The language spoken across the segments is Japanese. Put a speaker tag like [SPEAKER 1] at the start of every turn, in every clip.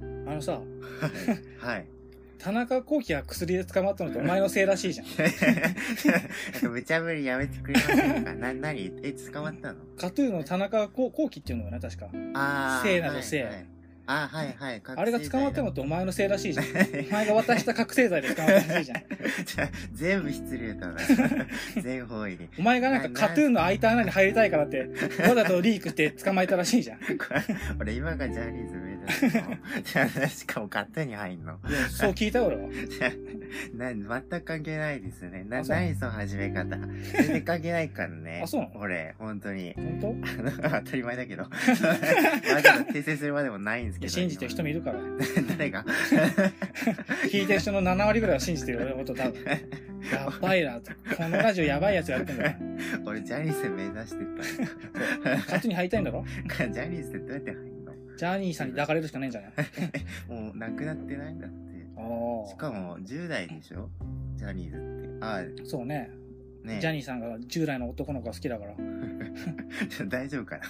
[SPEAKER 1] のさ、
[SPEAKER 2] はい。
[SPEAKER 1] 田中幸喜が薬で捕まったのってお前のせいらしい じゃん。
[SPEAKER 2] なんか無茶ぶりやめてくれませんかな、なにえ、捕まったの
[SPEAKER 1] カトゥーの田中幸幸喜っていうのがね、確か。
[SPEAKER 2] ああ。
[SPEAKER 1] 聖なる聖
[SPEAKER 2] はいはいあーはいはい。
[SPEAKER 1] あれが捕まったの
[SPEAKER 2] も
[SPEAKER 1] ってお前のせいらしいじゃん。お前が渡した覚醒剤で捕まったらしい じゃん。
[SPEAKER 2] 全部失礼だな。 全方位に。
[SPEAKER 1] お前がなんかカトゥーンの空いた穴に入りたいから って、わざとリークして捕まえたらしいじゃん。い
[SPEAKER 2] これ俺今がジャニーズ目指すのじゃあしかも勝手に入んの
[SPEAKER 1] やそう聞いたよ俺は。
[SPEAKER 2] じゃあな全く関係ないですねな
[SPEAKER 1] あそう
[SPEAKER 2] 何その始め方全然関係ないからね
[SPEAKER 1] あそうなの
[SPEAKER 2] 俺本当に
[SPEAKER 1] 本当い
[SPEAKER 2] あの当たり前 だけどわざわざ訂正するまでもないんですけ
[SPEAKER 1] や
[SPEAKER 2] ど
[SPEAKER 1] 信じてる人もいるから。
[SPEAKER 2] 今誰が
[SPEAKER 1] 聞いてる人の7割ぐらいは信じてる俺のこと多分。やばいなと。このラジオやばいやつやってんだよ。
[SPEAKER 2] 俺ジャニーズ目指して
[SPEAKER 1] カトゥーンに入りたいんだろ
[SPEAKER 2] たんだ ジャニーズってどうやって入んの
[SPEAKER 1] ジャニーさんに抱かれるしかないんじゃ ない
[SPEAKER 2] もうなくなってないんだって
[SPEAKER 1] あ
[SPEAKER 2] し
[SPEAKER 1] あ。
[SPEAKER 2] かも10代でしょジャニーズってあ
[SPEAKER 1] そうね。
[SPEAKER 2] ね
[SPEAKER 1] ジャニーさんが従来の男の子が好きだから。
[SPEAKER 2] ちょ 大丈夫 かな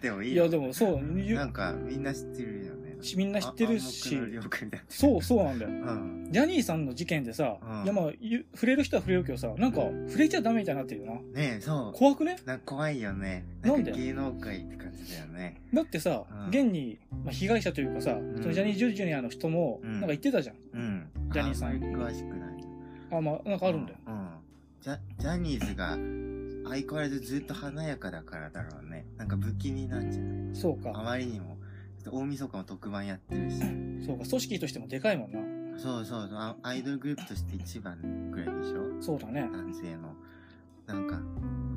[SPEAKER 2] でもいい
[SPEAKER 1] い
[SPEAKER 2] よ
[SPEAKER 1] や、でもそう、ゆ
[SPEAKER 2] なんかみんな知ってるよね
[SPEAKER 1] みんな知ってるし
[SPEAKER 2] あ暗黙の了解みたい
[SPEAKER 1] そう、そうなんだよ。
[SPEAKER 2] なうん
[SPEAKER 1] ジャニーさんの事件でさ、
[SPEAKER 2] うん
[SPEAKER 1] いやまあ、ゆ触れる人は触れるけどさ、なんか、触れちゃダメみたいになってるよな。
[SPEAKER 2] ねえそう
[SPEAKER 1] 怖くね
[SPEAKER 2] なんか怖いよね
[SPEAKER 1] なんで
[SPEAKER 2] か芸能界って感じだよね
[SPEAKER 1] だってさ、
[SPEAKER 2] うん
[SPEAKER 1] 現に、まあ、被害者というかさ、
[SPEAKER 2] ん
[SPEAKER 1] そのジャニーズジュニアの人も、
[SPEAKER 2] うん
[SPEAKER 1] なんか言ってたじゃん。
[SPEAKER 2] うん
[SPEAKER 1] ジャニーさん
[SPEAKER 2] あんまり詳しくない
[SPEAKER 1] あ、まあ、なんかあるんだよ。
[SPEAKER 2] うんジャジャニーズが相変わらずずっと華やかだからだろうねなんか不気味なんじゃない
[SPEAKER 1] そう
[SPEAKER 2] あ
[SPEAKER 1] か。
[SPEAKER 2] まりにも大晦日も特番やってるし
[SPEAKER 1] そうか。組織としてもでかいもんな。
[SPEAKER 2] そうそうそうあアイドルグループとして一番ぐらいでしょ
[SPEAKER 1] そうだね。
[SPEAKER 2] 男性のなんか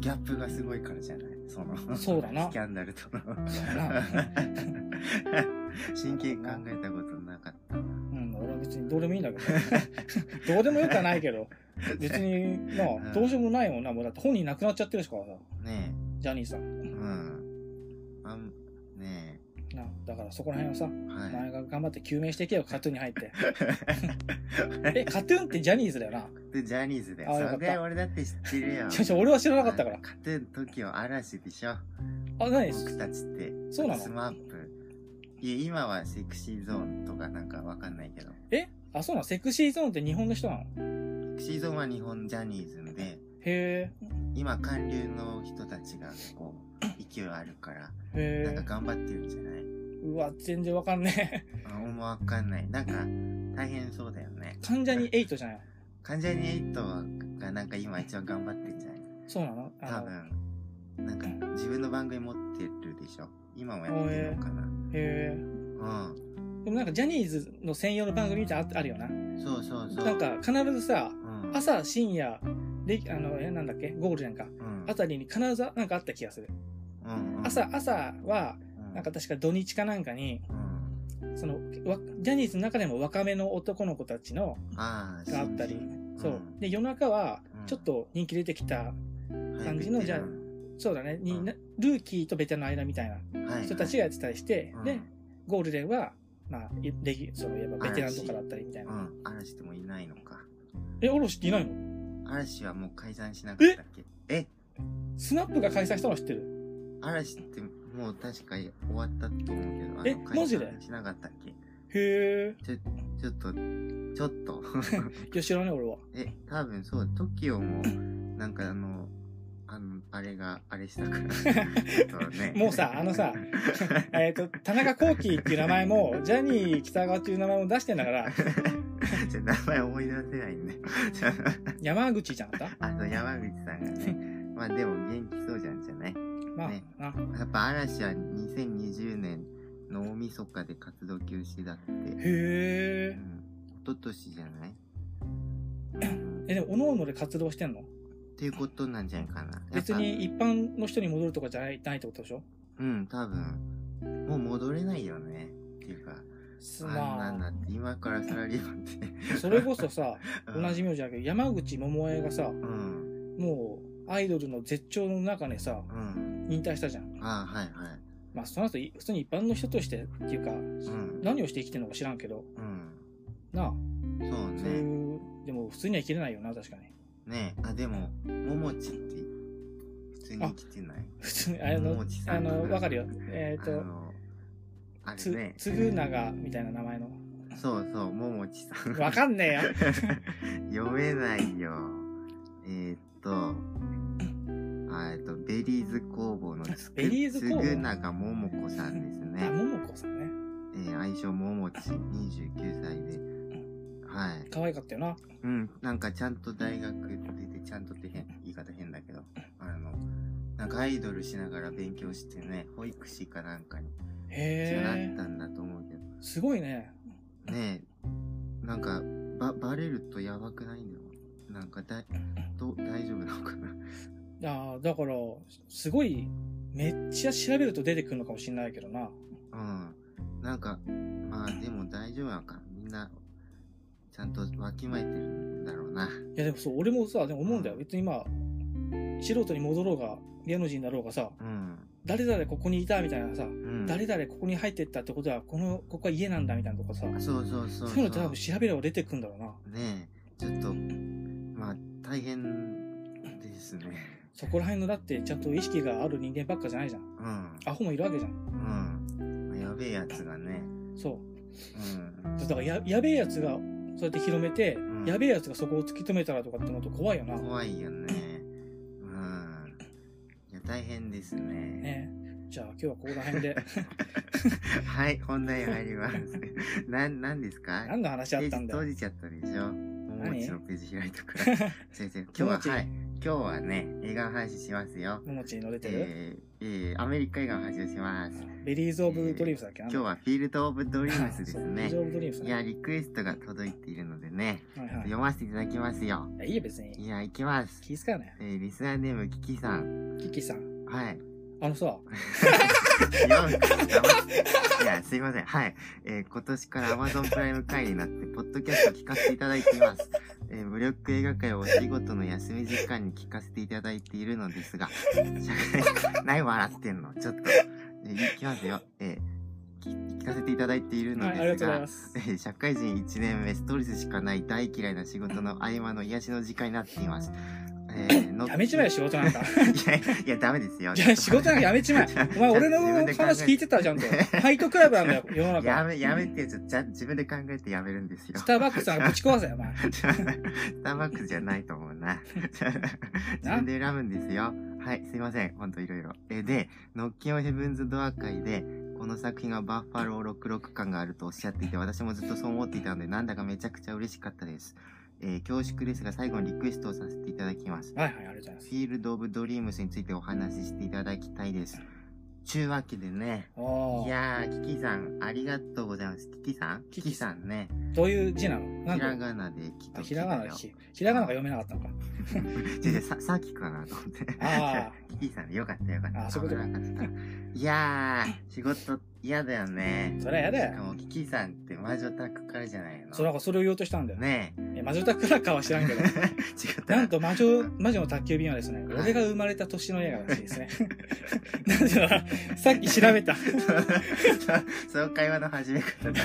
[SPEAKER 2] ギャップがすごいからじゃないその
[SPEAKER 1] そうだな
[SPEAKER 2] スキャンダルとの
[SPEAKER 1] そうだな。
[SPEAKER 2] 真剣に考えたことなかったな
[SPEAKER 1] うん、俺は別にどうでもいいんだけ ど。どうでもよくはないけど、別に、まあ、どうしようもないもんな。もうだって本人亡くなっちゃってるしからさ、
[SPEAKER 2] ね
[SPEAKER 1] ジャニーさん。
[SPEAKER 2] えうんあんね
[SPEAKER 1] な、だからそこら辺をさ、
[SPEAKER 2] え
[SPEAKER 1] お
[SPEAKER 2] は
[SPEAKER 1] 前が頑張って救命していけよ、カトゥーンに入って。
[SPEAKER 2] い
[SPEAKER 1] え、カトゥーンってジャニーズだよな。
[SPEAKER 2] でジャニーズだよ
[SPEAKER 1] あよか
[SPEAKER 2] そ
[SPEAKER 1] った
[SPEAKER 2] れ俺だって知ってるよ
[SPEAKER 1] ちょちょ、俺は知らなかったから。
[SPEAKER 2] カトゥーン時を嵐でしょ
[SPEAKER 1] あ、何
[SPEAKER 2] 僕たちって
[SPEAKER 1] そうなの
[SPEAKER 2] スマップいや今はセクシーゾーンとかなんかわかんないけど
[SPEAKER 1] えあ、そうなのセクシーゾーンって日本の人なの
[SPEAKER 2] セクシーゾーンは日本ジャニーズで
[SPEAKER 1] へ
[SPEAKER 2] 今韓流の人たちがこう勢いあるから
[SPEAKER 1] え。へ
[SPEAKER 2] なん
[SPEAKER 1] え。
[SPEAKER 2] か頑張ってるんじゃないう
[SPEAKER 1] わ、全然わかんね え。
[SPEAKER 2] あもうわかんないなんか大変そうだよね
[SPEAKER 1] 関ジャニエイトじゃない
[SPEAKER 2] 関ジャニエイトがなんか今一番頑張ってんじゃない
[SPEAKER 1] そうなのあ
[SPEAKER 2] 多
[SPEAKER 1] の、へ
[SPEAKER 2] 分なんか自分の番組持ってるでしょ今もやってるのかな
[SPEAKER 1] え。でもなんかジャニーズの専用の番組みたいなのああるよな。
[SPEAKER 2] うんそうそうそう
[SPEAKER 1] なんか必ずさ、
[SPEAKER 2] うん
[SPEAKER 1] 朝、深夜、で、あの、え、なんだっけゴールデンか。
[SPEAKER 2] うん
[SPEAKER 1] あたりに必ずなんかあった気がする。
[SPEAKER 2] うんうん
[SPEAKER 1] 朝、朝は、
[SPEAKER 2] うん
[SPEAKER 1] なんか確か土日かなんかに、
[SPEAKER 2] うん
[SPEAKER 1] その、わジャニーズの中でも若めの男の子たちの、
[SPEAKER 2] あ
[SPEAKER 1] があったり、そう。
[SPEAKER 2] ん
[SPEAKER 1] で、夜中は
[SPEAKER 2] う、ん
[SPEAKER 1] ちょっと人気出てきた、
[SPEAKER 2] はい
[SPEAKER 1] 感じのじゃあ
[SPEAKER 2] ベテ
[SPEAKER 1] そうだね、に
[SPEAKER 2] うん
[SPEAKER 1] なルーキーとベテランの間みたいな
[SPEAKER 2] ランはい
[SPEAKER 1] 人たちがやってたりして、
[SPEAKER 2] はい
[SPEAKER 1] で
[SPEAKER 2] うん、
[SPEAKER 1] ゴールデンは、まあ、いレギそういえばベテランとかだったりみたいな。
[SPEAKER 2] うん嵐でもいないのか
[SPEAKER 1] え、おろしっていないの
[SPEAKER 2] 嵐はもう解散しなかったっけえ
[SPEAKER 1] スナップが開催したの知ってる
[SPEAKER 2] 嵐ってもう確か終わったと思うけどあの
[SPEAKER 1] え
[SPEAKER 2] 解散
[SPEAKER 1] マジで
[SPEAKER 2] しなかったっけ
[SPEAKER 1] へ
[SPEAKER 2] ちょっとちょっと
[SPEAKER 1] え。いや、知らない俺は。
[SPEAKER 2] え多分そう TOKIO もなんかあのあのあれがあれしたから ちょっとね
[SPEAKER 1] もうさあの さえっと、田中幸喜っていう名前も、ジャニー北川っていう名前も出してんだから、
[SPEAKER 2] じゃ名前思い出せないんでじゃ
[SPEAKER 1] 山口じゃなかった
[SPEAKER 2] ああの山口さんがねまあでも元気そうじゃんじゃない
[SPEAKER 1] まあ、
[SPEAKER 2] ね
[SPEAKER 1] な。
[SPEAKER 2] やっぱ嵐は2020年の大晦日で活動休止だって、うん、
[SPEAKER 1] へえ。
[SPEAKER 2] 一昨年じゃない、うん
[SPEAKER 1] え、でも、おのおので活動してんの
[SPEAKER 2] っていうことなんじゃないかな。
[SPEAKER 1] 別
[SPEAKER 2] やっ
[SPEAKER 1] に一般の人に戻るとかじゃないないってことでしょ
[SPEAKER 2] ぱ。うん、多分。もう戻れないよね。っていうか。
[SPEAKER 1] す
[SPEAKER 2] あんなん
[SPEAKER 1] ま
[SPEAKER 2] だって、今からサラリーマンって。
[SPEAKER 1] あ、それこそさ、
[SPEAKER 2] う ん
[SPEAKER 1] 同。じ名字だけど、山口百恵がさ、
[SPEAKER 2] うん。
[SPEAKER 1] もう、アイドルの絶頂の中でさ、
[SPEAKER 2] うん。
[SPEAKER 1] 引退したじゃん。
[SPEAKER 2] ああ、はいはい。
[SPEAKER 1] まあ、その後、い普通に一般の人としてっていうか、
[SPEAKER 2] ん
[SPEAKER 1] 何をして生きてるのか知らんけど、
[SPEAKER 2] うん。
[SPEAKER 1] なあ、
[SPEAKER 2] そう
[SPEAKER 1] そう
[SPEAKER 2] ね。
[SPEAKER 1] いう、でも普通には生きれないよな、確かに。
[SPEAKER 2] ねあ、でも、ももちって、普通に生きてない。
[SPEAKER 1] 普通に、あの
[SPEAKER 2] 桃地、さん
[SPEAKER 1] あの、わかるよ。えっ、
[SPEAKER 2] あ
[SPEAKER 1] と、
[SPEAKER 2] の、あれ
[SPEAKER 1] つ
[SPEAKER 2] ね、。
[SPEAKER 1] つぐながみたいな名前の。
[SPEAKER 2] そうそう、ももちさん。
[SPEAKER 1] わかんねえよ。
[SPEAKER 2] 読めないよ。えーっと、あえっと、ベリーズ工房のつく
[SPEAKER 1] ベリーズ
[SPEAKER 2] つ
[SPEAKER 1] 工房
[SPEAKER 2] ぐながももこさんです
[SPEAKER 1] あ、
[SPEAKER 2] ね。
[SPEAKER 1] ももこさんね。
[SPEAKER 2] えー、愛称ももち、29歳で。はい。
[SPEAKER 1] 可愛かったよな。
[SPEAKER 2] うん、なんかちゃんと大学出て、ちゃんとって変、言い方変だけど、あの、なんかアイドルしながら勉強してね、保育士かなんかに、
[SPEAKER 1] へ
[SPEAKER 2] なったんだと思うけど
[SPEAKER 1] え。、すごいね。
[SPEAKER 2] ねえ、なんか、ば、バレるとやばくないんだよ。なんかだい、ど、大丈夫なのかな。
[SPEAKER 1] いやーだから、すごい、めっちゃ調べると出てくるのかもしれないけどな。
[SPEAKER 2] うん。なんか、まあでも大丈夫なのか。みんな、ちゃんとわきまえてるんだろうな。
[SPEAKER 1] いやでもそう、俺もさ、でも思うんだよ。別に今、素人に戻ろうが、芸能人になろうがさ、
[SPEAKER 2] うん。
[SPEAKER 1] 誰々ここにいたみたいなさ、
[SPEAKER 2] うん。
[SPEAKER 1] 誰々ここに入ってったってことは、この、ここは家なんだみたいなとかさ、
[SPEAKER 2] そうそうそ
[SPEAKER 1] そ
[SPEAKER 2] う
[SPEAKER 1] う
[SPEAKER 2] そ
[SPEAKER 1] いう
[SPEAKER 2] う。
[SPEAKER 1] のって多分調べれば出てくんだろうな。
[SPEAKER 2] ねえ、ちょっと、まあ、大変ですね。
[SPEAKER 1] そこら辺のだって、ちゃんと意識がある人間ばっかじゃないじゃん。
[SPEAKER 2] うん。
[SPEAKER 1] アホもいるわけじゃん。
[SPEAKER 2] うん。やべえやつがね。
[SPEAKER 1] そう。
[SPEAKER 2] うん。
[SPEAKER 1] だからや、やべえやつが、そうやって広めて、
[SPEAKER 2] ん
[SPEAKER 1] やべえやつがそこを突き止めたらとかってのと怖いよな。
[SPEAKER 2] 怖いよね。うん。いや、大変ですね。
[SPEAKER 1] ねじゃあ今日はここら辺で、
[SPEAKER 2] はい、本題入ります。 な、なんですか
[SPEAKER 1] 何の話あったんだ
[SPEAKER 2] ペー
[SPEAKER 1] よ。
[SPEAKER 2] ジ閉じちゃったでしょ。ももちのページ開いたから。先生、今日
[SPEAKER 1] も
[SPEAKER 2] は、
[SPEAKER 1] もち
[SPEAKER 2] はい。今日はね、映画の話しますよ。
[SPEAKER 1] ももちに乗れてる、
[SPEAKER 2] えー、えー、アメリカ映画の話をします。
[SPEAKER 1] ベリーズ・オブ・ドリームスだっけな
[SPEAKER 2] 今日はフィールド・オブ・ドリームスです
[SPEAKER 1] ベリー
[SPEAKER 2] ね
[SPEAKER 1] ズ・。オブ・ドリームス
[SPEAKER 2] いや、
[SPEAKER 1] ね。
[SPEAKER 2] リクエストが届いているのでね、
[SPEAKER 1] はいはい。い
[SPEAKER 2] 読ませていただきますよ。
[SPEAKER 1] や、いいよ別に。
[SPEAKER 2] いや、いきます。
[SPEAKER 1] 気遣うね。
[SPEAKER 2] えー、リスナーネーム、キキさん。
[SPEAKER 1] キキさん。
[SPEAKER 2] はい。
[SPEAKER 1] あのさ、
[SPEAKER 2] よん黙っていや、すいません。はい。えー今年から Amazon プライム会員になって、ポッドキャストを聞かせていただいています。えー、無力映画界をお仕事の休み時間に聞かせていただいているのですが、社会、 ない笑ってんの。ちょっと、えー、いきますよ。えーき聞かせていただいているの
[SPEAKER 1] はい、ありが
[SPEAKER 2] です
[SPEAKER 1] とうござい
[SPEAKER 2] が
[SPEAKER 1] ま、す
[SPEAKER 2] え。ー 社会人1年目ストレスしかない大嫌いな仕事の合間の癒しの時間になっています。え ー、の
[SPEAKER 1] やめちまえよ、仕事 なんか。
[SPEAKER 2] いやいや、ダメですよ。
[SPEAKER 1] じゃあ仕事なんかやめ ちまえ。お前、俺の話聞いてたじゃんと。ファイトクラブなんだよ、世の
[SPEAKER 2] や
[SPEAKER 1] 中。
[SPEAKER 2] め、やめて、ちょ、じゃ、自分で考えてやめるんですよ。
[SPEAKER 1] スターバックスなんかぶち壊せよ、お前。
[SPEAKER 2] スターバックスじゃないと思う な。自分で選ぶんですよ。はい、すいません。ほんといろいろ。え、で、ノッキンオンヘブンズドア会で、この作品がバッファロー66感があるとおっしゃっていて、私もずっとそう思っていたので、なんだかめちゃくちゃ嬉しかったです。えー恐縮ですが、最後にリクエストをさせていただきます。
[SPEAKER 1] はいはい、ありがとうございます
[SPEAKER 2] フ。ィールド・オブ・ドリームスについてお話ししていただきたいです。ちゅうわけでね、
[SPEAKER 1] お
[SPEAKER 2] い
[SPEAKER 1] ー。
[SPEAKER 2] やー、キキさん、ありがとうございます。キキさん
[SPEAKER 1] キ
[SPEAKER 2] キ
[SPEAKER 1] キ
[SPEAKER 2] キ
[SPEAKER 1] さ
[SPEAKER 2] さんね。
[SPEAKER 1] どういう字なのな
[SPEAKER 2] ひ
[SPEAKER 1] ん
[SPEAKER 2] ら
[SPEAKER 1] か、
[SPEAKER 2] がなでキ
[SPEAKER 1] あ
[SPEAKER 2] と
[SPEAKER 1] ひらがな
[SPEAKER 2] キ
[SPEAKER 1] だ
[SPEAKER 2] だよ。
[SPEAKER 1] し。ひらがなが読めなかったのか。
[SPEAKER 2] 違う違うさ、さっきかなと思って。
[SPEAKER 1] あ
[SPEAKER 2] キキさん、よかったよかった。
[SPEAKER 1] あそういうこと
[SPEAKER 2] 危なかった。いやー、仕事嫌だよね。
[SPEAKER 1] そりゃ嫌だ
[SPEAKER 2] しか
[SPEAKER 1] よ。
[SPEAKER 2] も、キキさんって魔女タクからじゃないの。
[SPEAKER 1] それはそれを言おうとしたんだよね。
[SPEAKER 2] ねえ。
[SPEAKER 1] え魔女宅からかは知らんけど。
[SPEAKER 2] 違った。
[SPEAKER 1] なんと魔女、魔女の宅急便はですね、
[SPEAKER 2] はい
[SPEAKER 1] 俺が生まれた年の映画らしいですね。なんでださっき調べた。
[SPEAKER 2] その会話の始め方だ。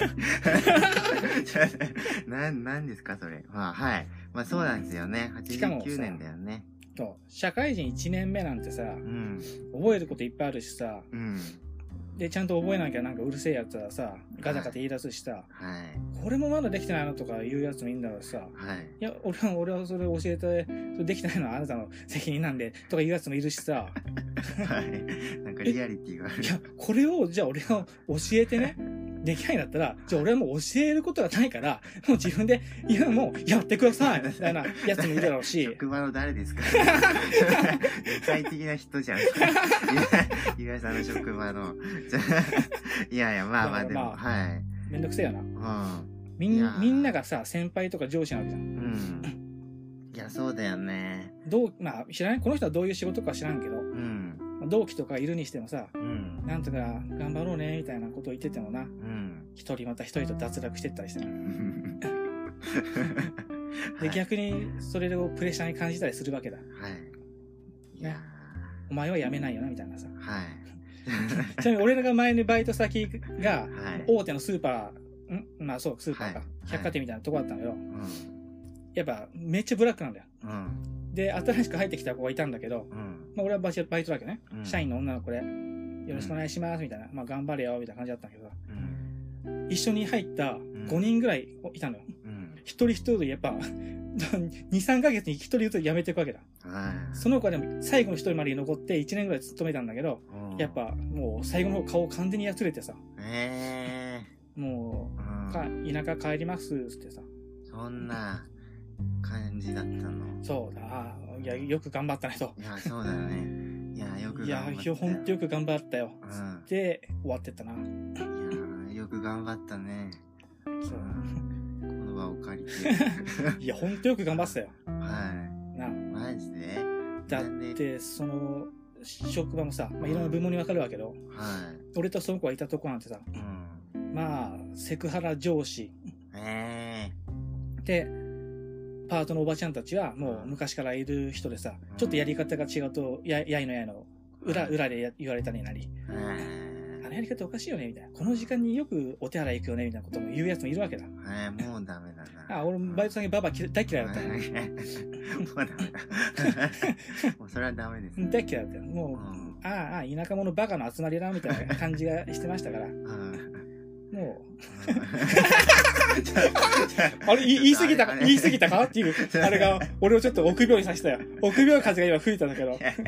[SPEAKER 2] なん、なんですか、それ。まあ、はい。まあ、そうなんですよね。
[SPEAKER 1] しかもさ
[SPEAKER 2] 89年だよね。
[SPEAKER 1] そう社会人1年目なんてさ、
[SPEAKER 2] うん。
[SPEAKER 1] 覚えることいっぱいあるしさ、
[SPEAKER 2] うん。
[SPEAKER 1] で、ちゃんと覚えなきゃなんかうるせえやつはさ、ガタガタ言い出すしさ、
[SPEAKER 2] はい。
[SPEAKER 1] これもまだできてないのとか言うやつもいいんだからさ、
[SPEAKER 2] はい。
[SPEAKER 1] いや、俺は、俺はそれ教えて、それできてないのはあなたの責任なんで、とか言うやつもいるしさ、
[SPEAKER 2] はい。なんかリアリティがある
[SPEAKER 1] い。や、これを、じゃあ俺が教えてね、できないんだったら、じゃあ俺はもう教えることがないから、もう自分で、いや、もうやってくださいみたいなやつもいるだろう し、
[SPEAKER 2] 職場の 誰ですか具体的な人じゃん。いやゆらさんの職場の。じゃいやいや、まあまあ、
[SPEAKER 1] だ
[SPEAKER 2] で
[SPEAKER 1] から
[SPEAKER 2] も、
[SPEAKER 1] まあ
[SPEAKER 2] はい。
[SPEAKER 1] めんどくせえよな。
[SPEAKER 2] うん。
[SPEAKER 1] み
[SPEAKER 2] いや
[SPEAKER 1] ん、
[SPEAKER 2] ー
[SPEAKER 1] みんながさ、先輩とか上司なわけじゃん。
[SPEAKER 2] うん。いや、そうだよね。
[SPEAKER 1] どう、まあ、知らない、この人はどういう仕事か知らんけど、
[SPEAKER 2] うん。
[SPEAKER 1] 同期とかいるにしてもさ、
[SPEAKER 2] うん。
[SPEAKER 1] なんとか頑張ろうね、みたいなことを言っててもな、
[SPEAKER 2] うん。
[SPEAKER 1] 一人また一人と脱落してったりしてな。
[SPEAKER 2] はい
[SPEAKER 1] で、逆に、それをプレッシャーに感じたりするわけだ。
[SPEAKER 2] はい。いや
[SPEAKER 1] お前は辞めないよな、みたいなさ。
[SPEAKER 2] ーはい。
[SPEAKER 1] ちなみに俺らが前にバイト先が、
[SPEAKER 2] はい。
[SPEAKER 1] 大手のスーパー、んまあそう、スーパーか、
[SPEAKER 2] はい
[SPEAKER 1] 百貨店みたいなとこだったんだけど、
[SPEAKER 2] うん。
[SPEAKER 1] やっぱめっちゃブラックなんだよ。
[SPEAKER 2] うん。
[SPEAKER 1] で、新しく入ってきた子がいたんだけど、
[SPEAKER 2] うん。
[SPEAKER 1] まあ俺はバイトバイトだけどね、
[SPEAKER 2] うん
[SPEAKER 1] 社員の女の子で、よろしくお願いしますみたいな、まあ頑張れよみたいな感じだったんだけど、
[SPEAKER 2] うん。
[SPEAKER 1] 一緒に入った5人ぐらいいたのよ。
[SPEAKER 2] うん。
[SPEAKER 1] 一人一人やっぱ、2、3ヶ月に一人ずつ辞めていくわけだ。
[SPEAKER 2] はい。
[SPEAKER 1] その子はでも最後の一人まで残って1年ぐらい勤めたんだけど、
[SPEAKER 2] うん
[SPEAKER 1] やっ。ぱもう最後の方顔を完全にやつれてさ、
[SPEAKER 2] ええ
[SPEAKER 1] も
[SPEAKER 2] う
[SPEAKER 1] う、
[SPEAKER 2] ん
[SPEAKER 1] か田舎帰りますっつってさ、
[SPEAKER 2] そんな感じだったの。
[SPEAKER 1] そうだ、あーいや、よく頑張ったねと。
[SPEAKER 2] いや、そうだよね。いや、よく
[SPEAKER 1] いや
[SPEAKER 2] 頑張、った
[SPEAKER 1] ひょほんとよく頑張ったよ。
[SPEAKER 2] うん
[SPEAKER 1] つって終わってったな。
[SPEAKER 2] いや、よく頑張ったね。
[SPEAKER 1] そうう。
[SPEAKER 2] んこの場を借 りて。
[SPEAKER 1] いや、ほんとよく頑張ってたよ。
[SPEAKER 2] は
[SPEAKER 1] な、
[SPEAKER 2] い。マジで
[SPEAKER 1] だ
[SPEAKER 2] なん
[SPEAKER 1] っ
[SPEAKER 2] で
[SPEAKER 1] て、その、職場もさ、まあ、いろんな部門に分かるわけど、
[SPEAKER 2] は
[SPEAKER 1] 俺とその子がいたとこなんてさ、
[SPEAKER 2] い。うん。
[SPEAKER 1] まあ、セクハラ上司
[SPEAKER 2] え
[SPEAKER 1] で、パートのおばちゃんたちはもう昔からいる人でさ、ちょっとやり方が違うと、や、やいのやいの、裏、裏でや言われたねなり、
[SPEAKER 2] ええ
[SPEAKER 1] あのやり方おかしいよね、みたいな。この時間によくお手洗い行くよね、みたいなことも言うやつもいるわけだ。
[SPEAKER 2] ええもうダメだな。
[SPEAKER 1] あ、俺もバイト
[SPEAKER 2] ん
[SPEAKER 1] 先ババア嫌い大嫌いだった よ。
[SPEAKER 2] もうダメ だ。もうそれはダメです。
[SPEAKER 1] 大嫌いだったよ。
[SPEAKER 2] う
[SPEAKER 1] もう、
[SPEAKER 2] ん。
[SPEAKER 1] ああ、ああ、田舎者バカの集まりだ、みたいな感じがしてましたから、
[SPEAKER 2] うん
[SPEAKER 1] もう、
[SPEAKER 2] あ
[SPEAKER 1] あれ、 い言い過ぎた、言い過ぎたか っていう、あれが、俺をちょっと臆病にさせたよ。臆病風が今吹いたんだけど
[SPEAKER 2] い。や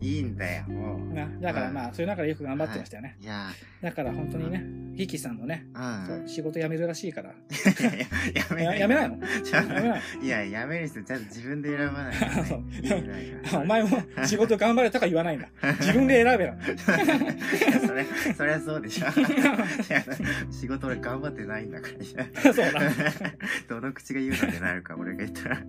[SPEAKER 2] いいんだよ、もう。
[SPEAKER 1] な、だからまあ、そういう中でよく頑張ってましたよね。
[SPEAKER 2] いや、
[SPEAKER 1] だから本当にね、ヒキさんもね、
[SPEAKER 2] う。
[SPEAKER 1] そうん仕事辞めるらしいから。
[SPEAKER 2] やめ
[SPEAKER 1] ややめないの
[SPEAKER 2] ちゃ
[SPEAKER 1] 辞め ない
[SPEAKER 2] いや、やめる人ちゃんと自分で選ばないとね。いいぐらいだ
[SPEAKER 1] のお前も仕事頑張れとか言わないんだ。自分で 選べろ。
[SPEAKER 2] い やそれ、そりゃそうでしょ。い や仕事俺頑張ってないんだから。
[SPEAKER 1] そうだ。
[SPEAKER 2] どの口が言うのってなるか、俺が言ったら。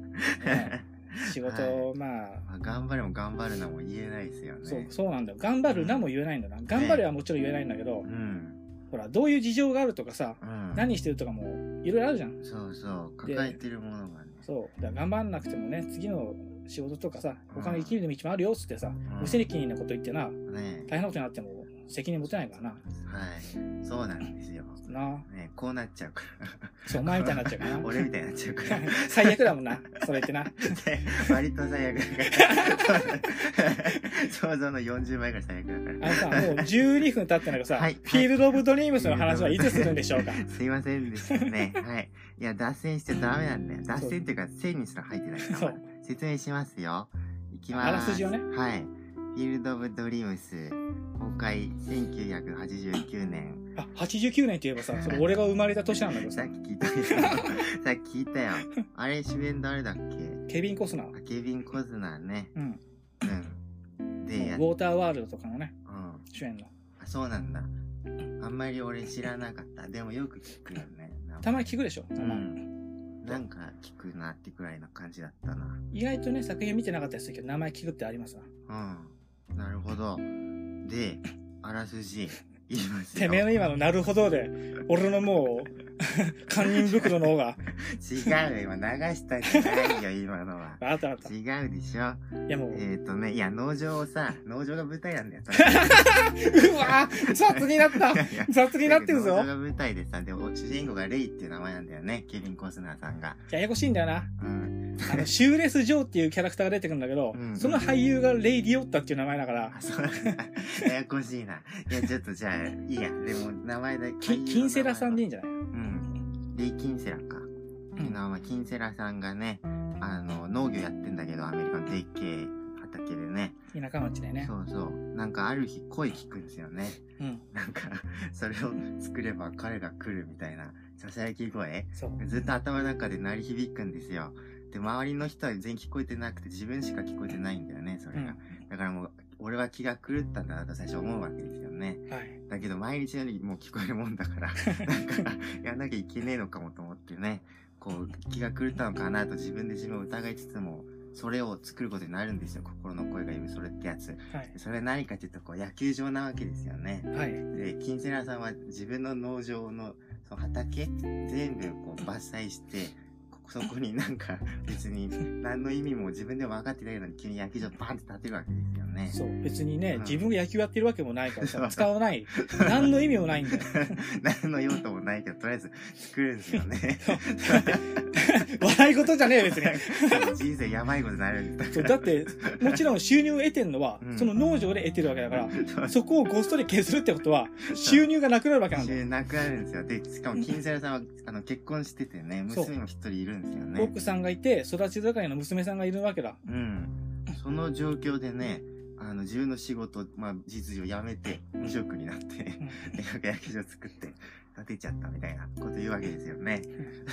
[SPEAKER 1] 仕事、まあ、
[SPEAKER 2] まあ、頑張れも頑張るなも言えないですよね。
[SPEAKER 1] そう、そうなんだよ。頑張るなも言えないんだな。頑張れはもちろん言えないんだけど
[SPEAKER 2] う、ん。
[SPEAKER 1] ほら、どういう事情があるとかさ、
[SPEAKER 2] うん。
[SPEAKER 1] 何してるとかも、いろいろあるじゃん。
[SPEAKER 2] そうそう。抱えてるものがね。
[SPEAKER 1] そう。だから頑張んなくてもね、次の仕事とかさ、他の生きる道もあるよ、つってさ、
[SPEAKER 2] ん
[SPEAKER 1] 無責任なこと言ってな、
[SPEAKER 2] ね
[SPEAKER 1] 大変なことになっても責任持てないからな。
[SPEAKER 2] はい。そうなんですよ。
[SPEAKER 1] な
[SPEAKER 2] ねこうなっちゃうか
[SPEAKER 1] そう、お前みたいになっちゃうから
[SPEAKER 2] ら。
[SPEAKER 1] な。
[SPEAKER 2] 俺みたいになっちゃうから。
[SPEAKER 1] 最悪だもんな、それってな。
[SPEAKER 2] で割と最悪だから。想像の40倍ぐらい最悪だ
[SPEAKER 1] あ
[SPEAKER 2] か
[SPEAKER 1] のさ、もう12分経ってんだけどさ、
[SPEAKER 2] はい
[SPEAKER 1] フィールド・オブ・ドリームスの話はいつするんでしょうか。
[SPEAKER 2] ら。すいませんでしたね。はい。いや、脱線しちゃダメなんだよ。脱線っていうか、線にすら入ってないか
[SPEAKER 1] そ
[SPEAKER 2] ら
[SPEAKER 1] う。
[SPEAKER 2] 説明しますよ。いきます。
[SPEAKER 1] あらすじをね
[SPEAKER 2] はい。フィールド・オブ・ドリームス、公開1989年。
[SPEAKER 1] あ、89年といえばさ、それ俺が生まれた年なんだけど
[SPEAKER 2] さ
[SPEAKER 1] さ
[SPEAKER 2] っ、き聞いたよ。 さっき聞いたよ。あれ、主演誰だっけ
[SPEAKER 1] ケビン・コスナー。
[SPEAKER 2] あケビン・コズナーね。
[SPEAKER 1] うん。
[SPEAKER 2] うん。
[SPEAKER 1] ウ
[SPEAKER 2] で、や
[SPEAKER 1] ォ
[SPEAKER 2] っ
[SPEAKER 1] ーターワールドとかのね、
[SPEAKER 2] うん。
[SPEAKER 1] 主演の。
[SPEAKER 2] あそうなんだあんまり俺知らなかったでもよく聞くよねなんか
[SPEAKER 1] たまに聞くでしょ、
[SPEAKER 2] う
[SPEAKER 1] 名前
[SPEAKER 2] んなんか聞くなってくらいの感じだったな
[SPEAKER 1] 意外とね、作品見てなかったりするけど、名前聞くってありますな。
[SPEAKER 2] うんなるほどであらすじ言います
[SPEAKER 1] て
[SPEAKER 2] よ
[SPEAKER 1] めえの今のなるほど で、俺のもう、 堪忍袋の方が、
[SPEAKER 2] 違うよ今流したんじゃないよ今のは
[SPEAKER 1] あったあ った。い
[SPEAKER 2] 違うでしょ
[SPEAKER 1] やもう、
[SPEAKER 2] えっ、ー、とねいや農場をさ農場が舞台なんだよ
[SPEAKER 1] うわぁ雑にな った
[SPEAKER 2] いや
[SPEAKER 1] 雑 になってる
[SPEAKER 2] 農
[SPEAKER 1] ぞ
[SPEAKER 2] 場が舞台でさでも主人公がレイっていう名前なんだよねケビン・コスナーさんが
[SPEAKER 1] ややこしいんだよな。
[SPEAKER 2] うん
[SPEAKER 1] あの、シューレス・ジョーっていうキャラクターが出てくるんだけど、
[SPEAKER 2] うん
[SPEAKER 1] その俳優がレイ・ディオッタっていう名前だから、
[SPEAKER 2] あそう なんだややこしいな。いや、ちょっとじゃあ、いいや。でも、名前だけ。
[SPEAKER 1] き金セラさんでいい
[SPEAKER 2] い
[SPEAKER 1] んじゃない
[SPEAKER 2] うん。で、金セラか。
[SPEAKER 1] う
[SPEAKER 2] うんまあ、金セラさんがね、あの、農業やってんだけど、アメリカのでっけえ畑でね。
[SPEAKER 1] 田舎町でね。
[SPEAKER 2] そうそう。なんか、ある日、声聞くんですよね。
[SPEAKER 1] うん。
[SPEAKER 2] なんか、それを作れば彼が来るみたいな、ささやき声。
[SPEAKER 1] そう。
[SPEAKER 2] ずっと頭の中で鳴り響くんですよ。で、周りの人は全員聞こえてなくて、自分しか聞こえてないんだよね、それが。だからもう、俺は気が狂ったんだなと最初思うわけですよね。
[SPEAKER 1] はい。
[SPEAKER 2] だけど、毎日のようにもう聞こえるもんだから、なんか、やんなきゃいけねえのかもと思ってね、こう、気が狂ったのかなと自分で自分を疑いつつも、それを作ることになるんですよ、心の声が言う、それってやつ。
[SPEAKER 1] はい。
[SPEAKER 2] それは何かっていうと、こう、野球場なわけですよね。
[SPEAKER 1] はい。
[SPEAKER 2] で、金セラさんは自分の農場のその畑全部こう伐採して、こそこになんか別に何の意味も自分でも分かってないのに急に野球場バンって建てるわけですよね。
[SPEAKER 1] そう、別にね、
[SPEAKER 2] うん
[SPEAKER 1] 自分が野球やってるわけもない から
[SPEAKER 2] そ
[SPEAKER 1] さ
[SPEAKER 2] う、
[SPEAKER 1] 使わない。何の意味もないんだよ。
[SPEAKER 2] 何の用途もないけど、とりあえず作るんですよね。
[SPEAKER 1] 笑い事じゃねえ、別に。
[SPEAKER 2] 人生やばいことになるんだ
[SPEAKER 1] そうだって、もちろん収入を得てんのは
[SPEAKER 2] う、ん
[SPEAKER 1] その農場で得てるわけだから、
[SPEAKER 2] そう
[SPEAKER 1] そこをごっそり削るってことは、収入がなくなるわけなんだよ。
[SPEAKER 2] 収なくなるんですよ。で、しかも、金セラさんは、あの、結婚しててね、
[SPEAKER 1] そう
[SPEAKER 2] 娘も一人いるんですよね。
[SPEAKER 1] 奥さんがいて、育ち盛りの娘さんがいるわけだ。
[SPEAKER 2] うん。その状況でね、あの、自分の仕事、まあ、実情やめて、無職にな って、で、焼き場作って、建てちゃったみたいなこと言うわけですよね。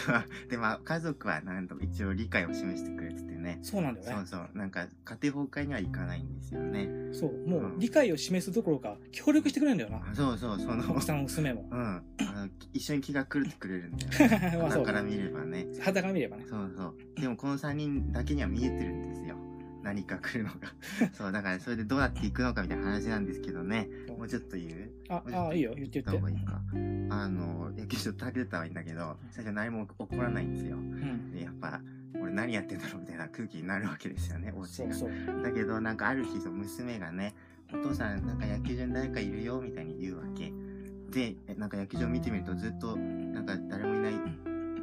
[SPEAKER 2] で、まあ、家族はなんと一応理解を示してくれててね。
[SPEAKER 1] そうなんだ
[SPEAKER 2] そ
[SPEAKER 1] よね
[SPEAKER 2] う。そう。なんか、家庭崩壊にはいかないんですよね。
[SPEAKER 1] そう。もう理解を示すどころか、協力してくれるんだよな。
[SPEAKER 2] あそう そう、その
[SPEAKER 1] 奥、さんも娘も。
[SPEAKER 2] うん。あの、一緒に気が狂ってくれるんだよ ね。
[SPEAKER 1] まあそ
[SPEAKER 2] だ
[SPEAKER 1] う
[SPEAKER 2] か
[SPEAKER 1] だ
[SPEAKER 2] ら
[SPEAKER 1] ね。
[SPEAKER 2] 見ればね。
[SPEAKER 1] 肌から見ればね。
[SPEAKER 2] そうそう。でもこの3人だけには見えてるんですよ。何か来るの が。そう、だからそれでどうなっていくのかみたいな話なんですけどね。もうちょっと言う
[SPEAKER 1] あ、あいいよ、言って
[SPEAKER 2] 言った
[SPEAKER 1] 言
[SPEAKER 2] 方
[SPEAKER 1] っ
[SPEAKER 2] が
[SPEAKER 1] て
[SPEAKER 2] いい。か。あの、野球場立てたはいいんだけど、最初何も起こらないんですよ。
[SPEAKER 1] うん。
[SPEAKER 2] で、やっぱ、俺何やってんだろうみたいな空気になるわけですよね、お家
[SPEAKER 1] そう
[SPEAKER 2] が。
[SPEAKER 1] そう。
[SPEAKER 2] だけど、なんかある日、その娘がね、お父さん、なんか野球場に誰かいるよ、みたいに言うわけ。で、えなんか野球場見てみると、ずっと、なんか誰もいない、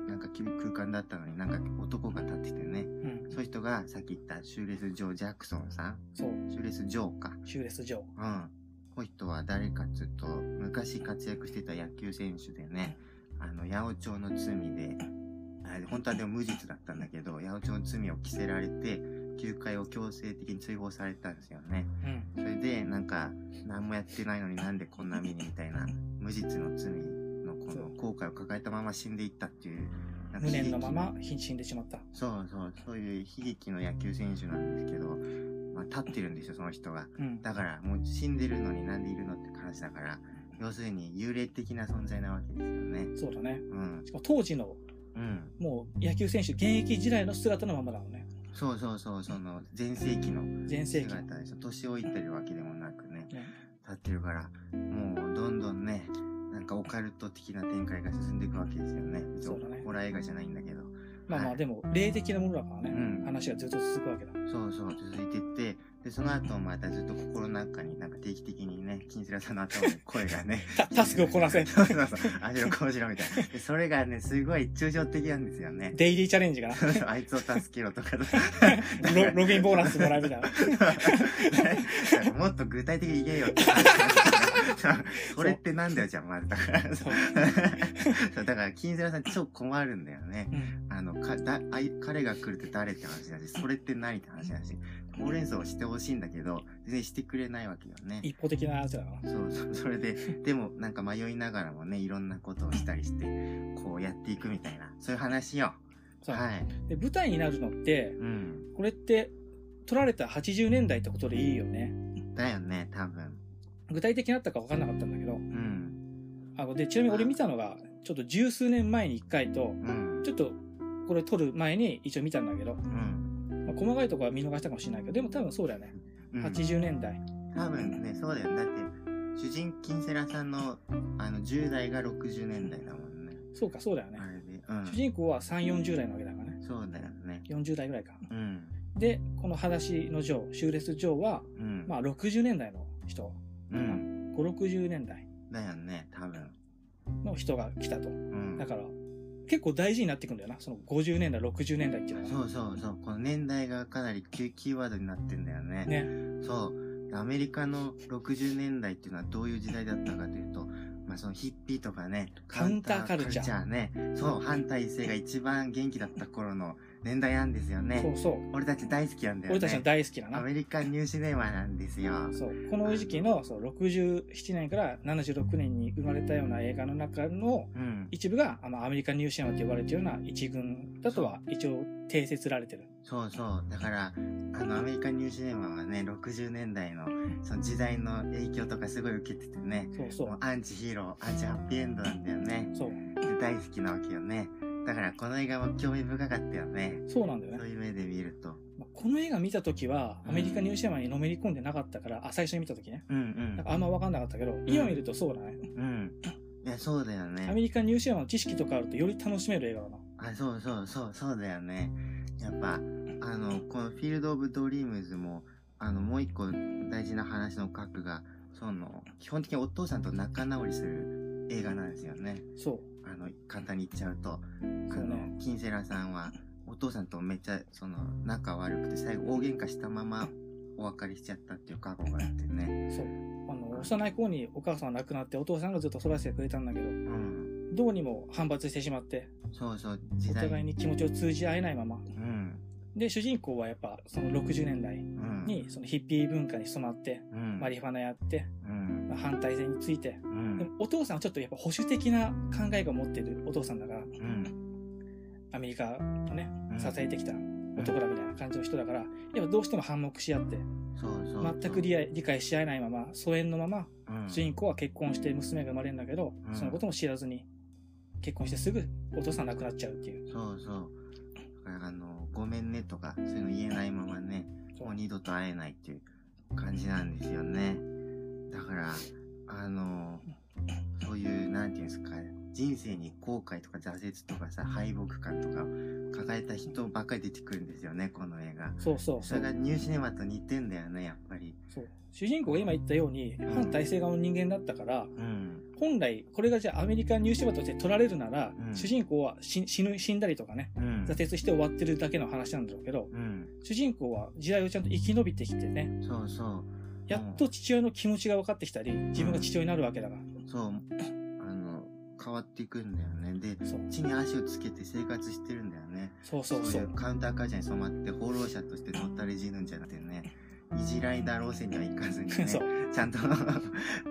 [SPEAKER 2] なんか空間だったのに、なんか男が立っててね。
[SPEAKER 1] うん。
[SPEAKER 2] そういう人が、さっき言ったシューレス・ジョー・ジャクソンさん。
[SPEAKER 1] そう。
[SPEAKER 2] シューレス・ジョーか。
[SPEAKER 1] シューレス・ジョー。
[SPEAKER 2] うん。この人は誰かっていうと、昔活躍してた野球選手でね、あの、八百長の罪で、あ本当はでも無実だったんだけど、八百長の罪を着せられて、球界を強制的に追放されたんですよね。
[SPEAKER 1] うん。
[SPEAKER 2] それで、なんか、何もやってないのになんでこんな目にみたいな、無実の罪のこの後悔を抱えたまま死んでいったっていう、なん
[SPEAKER 1] 無
[SPEAKER 2] か悲劇
[SPEAKER 1] 念のまま死んでしまった。
[SPEAKER 2] そうそう、そういう悲劇の野球選手なんですけど、まあ、立ってるんですよ、その人が。
[SPEAKER 1] うん。
[SPEAKER 2] だから、もう死んでるのになんでいるのって話だから、要するに幽霊的な存在なわけですよね。
[SPEAKER 1] そうだね。
[SPEAKER 2] うん。
[SPEAKER 1] しかも当時の、
[SPEAKER 2] うん。
[SPEAKER 1] もう野球選手、現役時代の姿のままなのね。
[SPEAKER 2] そうそうそう、その、前世紀の
[SPEAKER 1] 全盛期。
[SPEAKER 2] 姿でしょ。年老いてるわけでもなくね、
[SPEAKER 1] ね
[SPEAKER 2] 立ってるから、もうどんどんね、なんかオカルト的な展開が進んでいくわけですよね。別に
[SPEAKER 1] そうだね
[SPEAKER 2] ホラー映画じゃないんだけど。
[SPEAKER 1] まあま
[SPEAKER 2] は
[SPEAKER 1] あ、
[SPEAKER 2] い
[SPEAKER 1] でも、霊的なものだからね。
[SPEAKER 2] うん
[SPEAKER 1] 話がずっと続くわけだ。
[SPEAKER 2] そうそう、続いてって、で、その後またずっと心の中になんか定期的にね、金セラさんの頭に声がね、
[SPEAKER 1] た、 タスクをこな せ。
[SPEAKER 2] そうそうそう。あしろこうしろみたい な。でそれがね、すごい抽象的なんですよね。
[SPEAKER 1] デイリーチャレンジがな。
[SPEAKER 2] そうそうあいつを助けろとかだ
[SPEAKER 1] ロ ログインボーナスもらえるみたいな。
[SPEAKER 2] もっと具体的に言え よって。それってなんだよ、じゃあ、まず。だから、
[SPEAKER 1] そ
[SPEAKER 2] そうう。 そうだから、金沢さん超困るんだよね。
[SPEAKER 1] うん。
[SPEAKER 2] あの、か、だ、あい、彼が来るって誰って話だし、それって何って話だし、ほうれん草をしてほしいんだけど、全然してくれないわけよね。
[SPEAKER 1] 一方的なやつだな。
[SPEAKER 2] そうそう、それで、でもなんか迷いながらもね、いろんなことをしたりして、こうやっていくみたいな、そういう話よ。
[SPEAKER 1] そう。
[SPEAKER 2] はい。
[SPEAKER 1] で、舞台になるのって、
[SPEAKER 2] うん。
[SPEAKER 1] これって、撮られた80年代ってことでいいよね。
[SPEAKER 2] だよね、多分。
[SPEAKER 1] 具体的になったか分かんなかったんだけど。
[SPEAKER 2] うん。
[SPEAKER 1] あの、で、ちなみに俺見たのが、ちょっと十数年前に一回と、
[SPEAKER 2] うん。
[SPEAKER 1] ちょっと、これ撮る前に一応見たんだけど、
[SPEAKER 2] うん。
[SPEAKER 1] まあ、細かいところは見逃したかもしれないけど、でも多分そうだよね。
[SPEAKER 2] うん、
[SPEAKER 1] 80年代。
[SPEAKER 2] 多分ね、そうだよね。だって、主人金セラさんの、あの、10代が60年代だもんね。
[SPEAKER 1] そうか、そうだよね
[SPEAKER 2] あ。れで。うん。
[SPEAKER 1] 主人公は3、40代なわけだからね。
[SPEAKER 2] そうだよね。
[SPEAKER 1] 40代ぐらいか。
[SPEAKER 2] うん。
[SPEAKER 1] で、この裸足のジョー、シューレスジョーは、
[SPEAKER 2] うん。
[SPEAKER 1] まあ60年代の人、
[SPEAKER 2] うん。
[SPEAKER 1] 5、60年代
[SPEAKER 2] だよね、多分。
[SPEAKER 1] の人が来たと。
[SPEAKER 2] うん。
[SPEAKER 1] だから、結構大事になってくんだよな。その50年代、60年代っていうのは。
[SPEAKER 2] そうそうそう。この年代がかなりキーキーワードになってんだよね。
[SPEAKER 1] ね。
[SPEAKER 2] そう。アメリカの60年代っていうのはどういう時代だったかというと、まあそのヒッピーとかね、
[SPEAKER 1] カウンターカルチャー
[SPEAKER 2] カね。そう、反体制が一番元気だった頃の年代なんですよ
[SPEAKER 1] そ
[SPEAKER 2] ね。
[SPEAKER 1] うそう。
[SPEAKER 2] 俺たち大好きなんだよ
[SPEAKER 1] 俺
[SPEAKER 2] ね。
[SPEAKER 1] たちの大好きだ
[SPEAKER 2] ア
[SPEAKER 1] な。
[SPEAKER 2] メリカンニューシネマなんですよ。
[SPEAKER 1] そう。この時期の、そう、67年から76年に生まれたような映画の中の
[SPEAKER 2] うん。
[SPEAKER 1] 一部が、あの、アメリカンニューシアマと呼ばれているような一軍だとは、一応、定説られてる。
[SPEAKER 2] そうそう。だから、あの、アメリカンニューシネマはね、60年代の、その時代の影響とかすごい受けててね。
[SPEAKER 1] そうそ
[SPEAKER 2] もう
[SPEAKER 1] う。
[SPEAKER 2] アンチヒーロー、アンチハッピーエンドなんだよね。
[SPEAKER 1] そう。
[SPEAKER 2] で大好きなわけよね。だからこの映画も興味深かったよね。
[SPEAKER 1] そうなんだよね
[SPEAKER 2] そう。いう目で見ると。
[SPEAKER 1] まあこの映画見た時は、
[SPEAKER 2] うん
[SPEAKER 1] アメリカニューシアマにのめり込んでなかったから、あ、最初に見た時ね。
[SPEAKER 2] うん
[SPEAKER 1] なんかあんま分かんなかったけど、今見るとそうだね。
[SPEAKER 2] うん。うん。いや、そうだよ
[SPEAKER 1] アメ
[SPEAKER 2] ね。
[SPEAKER 1] リカニューシアマの知識とかあるとより楽しめる映画だな。
[SPEAKER 2] あ、そうそうそう、そうだよね。やっぱ、あの、このフィールド・オブ・ドリームズも、あの、もう一個大事な話の核が、その、基本的にお父さんと仲直りする映画なんですよね。
[SPEAKER 1] そ
[SPEAKER 2] あの、簡単に言っちゃうと。
[SPEAKER 1] う。
[SPEAKER 2] あ
[SPEAKER 1] そう
[SPEAKER 2] の
[SPEAKER 1] ね。、
[SPEAKER 2] キンセラさんは、お父さんとめっちゃ、その、仲悪くて、最後、大喧嘩したまま、お別れしちゃったっていう過去があってね。
[SPEAKER 1] そう。あの、幼い頃にお母さんが亡くなって、お父さんがずっと育ててくれたんだけど、
[SPEAKER 2] うん。
[SPEAKER 1] どうにも反発してしまって、
[SPEAKER 2] そうそう、
[SPEAKER 1] お
[SPEAKER 2] 時代。
[SPEAKER 1] 互いに気持ちを通じ合えないまま。
[SPEAKER 2] うん。
[SPEAKER 1] で、主人公はやっぱ、その60年代
[SPEAKER 2] うん。
[SPEAKER 1] に、そのヒッピー文化に染まって、
[SPEAKER 2] うん。
[SPEAKER 1] マリファナやって、
[SPEAKER 2] うん。
[SPEAKER 1] まあ反対性について。
[SPEAKER 2] う
[SPEAKER 1] で
[SPEAKER 2] ん。
[SPEAKER 1] もお父さんはちょっとやっぱ保守的な考えが持ってるお父さんだから、
[SPEAKER 2] うん。
[SPEAKER 1] アメリカをね、
[SPEAKER 2] うん
[SPEAKER 1] 支えてきた男だみたいな感じの人だから、やっぱどうしても反目し合って、
[SPEAKER 2] そうそうそう。
[SPEAKER 1] 全く理解理解し合えないまま、疎遠のまま、
[SPEAKER 2] うん。
[SPEAKER 1] 主人公は結婚して娘が生まれるんだけど、
[SPEAKER 2] うん
[SPEAKER 1] そのことも知らずに、結婚してすぐお父さん亡くなっちゃうっていう。
[SPEAKER 2] そうそう。だからあの、ごめんねとか、そういうの言えないままね、
[SPEAKER 1] そう
[SPEAKER 2] もう二度と会えないっていう感じなんですよね。だから、あの、そういう、なんていうんですか、人生に後悔とか挫折とかさ、敗北感とかを抱えた人ばっかり出てくるんですよね、この映画。
[SPEAKER 1] そうそう
[SPEAKER 2] そ
[SPEAKER 1] そ
[SPEAKER 2] れ
[SPEAKER 1] う
[SPEAKER 2] がニューシネマと似てんだよね、やっぱり。
[SPEAKER 1] そう。主人公が今言ったように、反体制側の人間だったから、
[SPEAKER 2] うん。
[SPEAKER 1] 本来、これがじゃあアメリカ入試場として取られるなら、
[SPEAKER 2] うん
[SPEAKER 1] 主人公は死死ぬ死んだりとかね、
[SPEAKER 2] うん。
[SPEAKER 1] 挫折して終わってるだけの話なんだろうけど、
[SPEAKER 2] うん。
[SPEAKER 1] 主人公は時代をちゃんと生き延びてきてね、
[SPEAKER 2] そうそう。
[SPEAKER 1] やっと父親の気持ちが分かってきたり、自分が父親になるわけだか
[SPEAKER 2] そう。あの、変わっていくんだよね。で、
[SPEAKER 1] ら。そう
[SPEAKER 2] 地に足をつけて生活してるんだよね。
[SPEAKER 1] そうそう
[SPEAKER 2] そ
[SPEAKER 1] そう
[SPEAKER 2] いう
[SPEAKER 1] う。
[SPEAKER 2] カウンターカルチャーに染まって放浪者としてのったれ死ぬんじゃなくてねいじらいだろうせにはいかずに ね
[SPEAKER 1] そう。
[SPEAKER 2] ちゃんと こ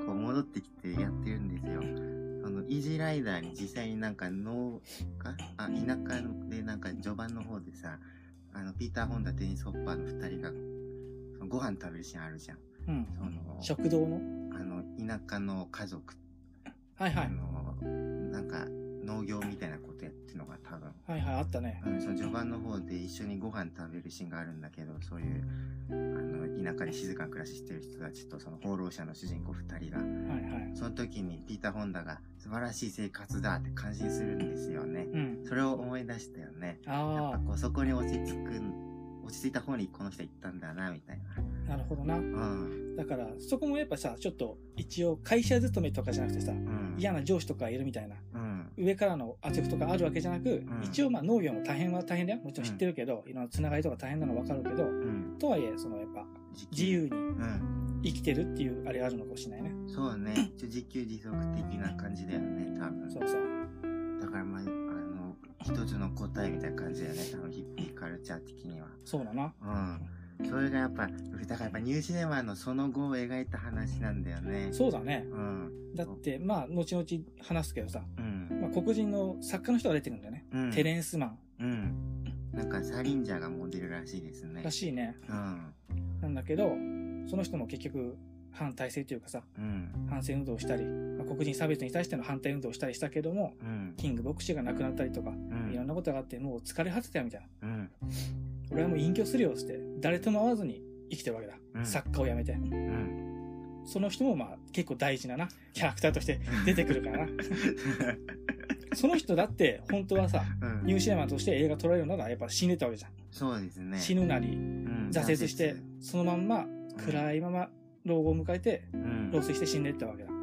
[SPEAKER 2] う戻ってきてやってるんですよ。そのイージーライダーに実際になんか農家あ田舎でなんか序盤の方でさあのピーター・ホンダテニス・ホッパーの2人がそのご飯食べるシーンあるじゃん。
[SPEAKER 1] うん。
[SPEAKER 2] その
[SPEAKER 1] 食堂の
[SPEAKER 2] あの田舎の家族、
[SPEAKER 1] はいは
[SPEAKER 2] あ
[SPEAKER 1] い。
[SPEAKER 2] のなんか農業みたいなことやってるのが多分
[SPEAKER 1] はいはい、あったね。
[SPEAKER 2] うん、その序盤の方で一緒にご飯食べるシーンがあるんだけどそういうあの田舎で静かな暮らししてる人たちとその放浪者の主人公2人が
[SPEAKER 1] はいはい。
[SPEAKER 2] その時にピーター・ホンダが素晴らしい生活だって感心するんですよね
[SPEAKER 1] うん。
[SPEAKER 2] それを思い出したよねやっぱ
[SPEAKER 1] あ
[SPEAKER 2] こうそこに落ち着く落ち着いた方にこの人行ったんだなみたい
[SPEAKER 1] あ、なるほどな。
[SPEAKER 2] なうん
[SPEAKER 1] だから、そこもやっぱさ、ちょっと一応会社勤めとかじゃなくてさ、
[SPEAKER 2] うん
[SPEAKER 1] 嫌な上司とかいるみたいな、
[SPEAKER 2] うん
[SPEAKER 1] 上からの圧力とかあるわけじゃなく、
[SPEAKER 2] ん
[SPEAKER 1] 一応まあ農業も大変は大変だよ。もちろん知ってるけど、いろんなつながりとか大変なのわかるけど、
[SPEAKER 2] うん
[SPEAKER 1] とはいえ、そのやっぱ自由に
[SPEAKER 2] うん
[SPEAKER 1] 生きてるっていうあれがあるのかもしれないね。
[SPEAKER 2] そうねちょ自給自足的な感じだよね多分
[SPEAKER 1] そうそう。
[SPEAKER 2] だからまあ、あの、一つの答えみたいな感じだよね、多分ヒッピーカルチャー的には。
[SPEAKER 1] そうだな。
[SPEAKER 2] うん。それがやっぱ、だからやっぱニューシネマのその後を描いた話なんだよね。
[SPEAKER 1] そうだね。
[SPEAKER 2] うん。
[SPEAKER 1] だって、まあ、後々話すけどさ、
[SPEAKER 2] うん。
[SPEAKER 1] まあ、黒人の作家の人が出てくるんだよね。
[SPEAKER 2] うん。
[SPEAKER 1] テレンスマン
[SPEAKER 2] うん。なんかサリンジャーがモデルらしいですね
[SPEAKER 1] ら。しいね。
[SPEAKER 2] うん。
[SPEAKER 1] なんだけど、その人も結局、反体制というかさ、
[SPEAKER 2] うん。
[SPEAKER 1] 反戦運動をしたり、まあ黒人差別に対しての反対運動をしたりしたけども、
[SPEAKER 2] うん。
[SPEAKER 1] キング牧師が亡くなったりとか、
[SPEAKER 2] う
[SPEAKER 1] いろん
[SPEAKER 2] ん。
[SPEAKER 1] なことがあって、もう疲れ果てたよみたいな。
[SPEAKER 2] うん。
[SPEAKER 1] 俺はもう隠居するよっつって、誰とも会わずに生きてるわけだ。
[SPEAKER 2] うん
[SPEAKER 1] 作家を辞めて。
[SPEAKER 2] うん。
[SPEAKER 1] その人もまあ結構大事なな、キャラクターとして出てくるからな。その人だって本当はさ、
[SPEAKER 2] うん
[SPEAKER 1] ニューシネマとして映画撮られるならやっぱ死んでたわけじゃん。
[SPEAKER 2] そうですね。
[SPEAKER 1] 死ぬなり、
[SPEAKER 2] うん
[SPEAKER 1] 挫折して、そのまんま暗
[SPEAKER 2] い。
[SPEAKER 1] いまま老後を迎えて、
[SPEAKER 2] うん。
[SPEAKER 1] 老衰して死んでったわけだ。
[SPEAKER 2] うん。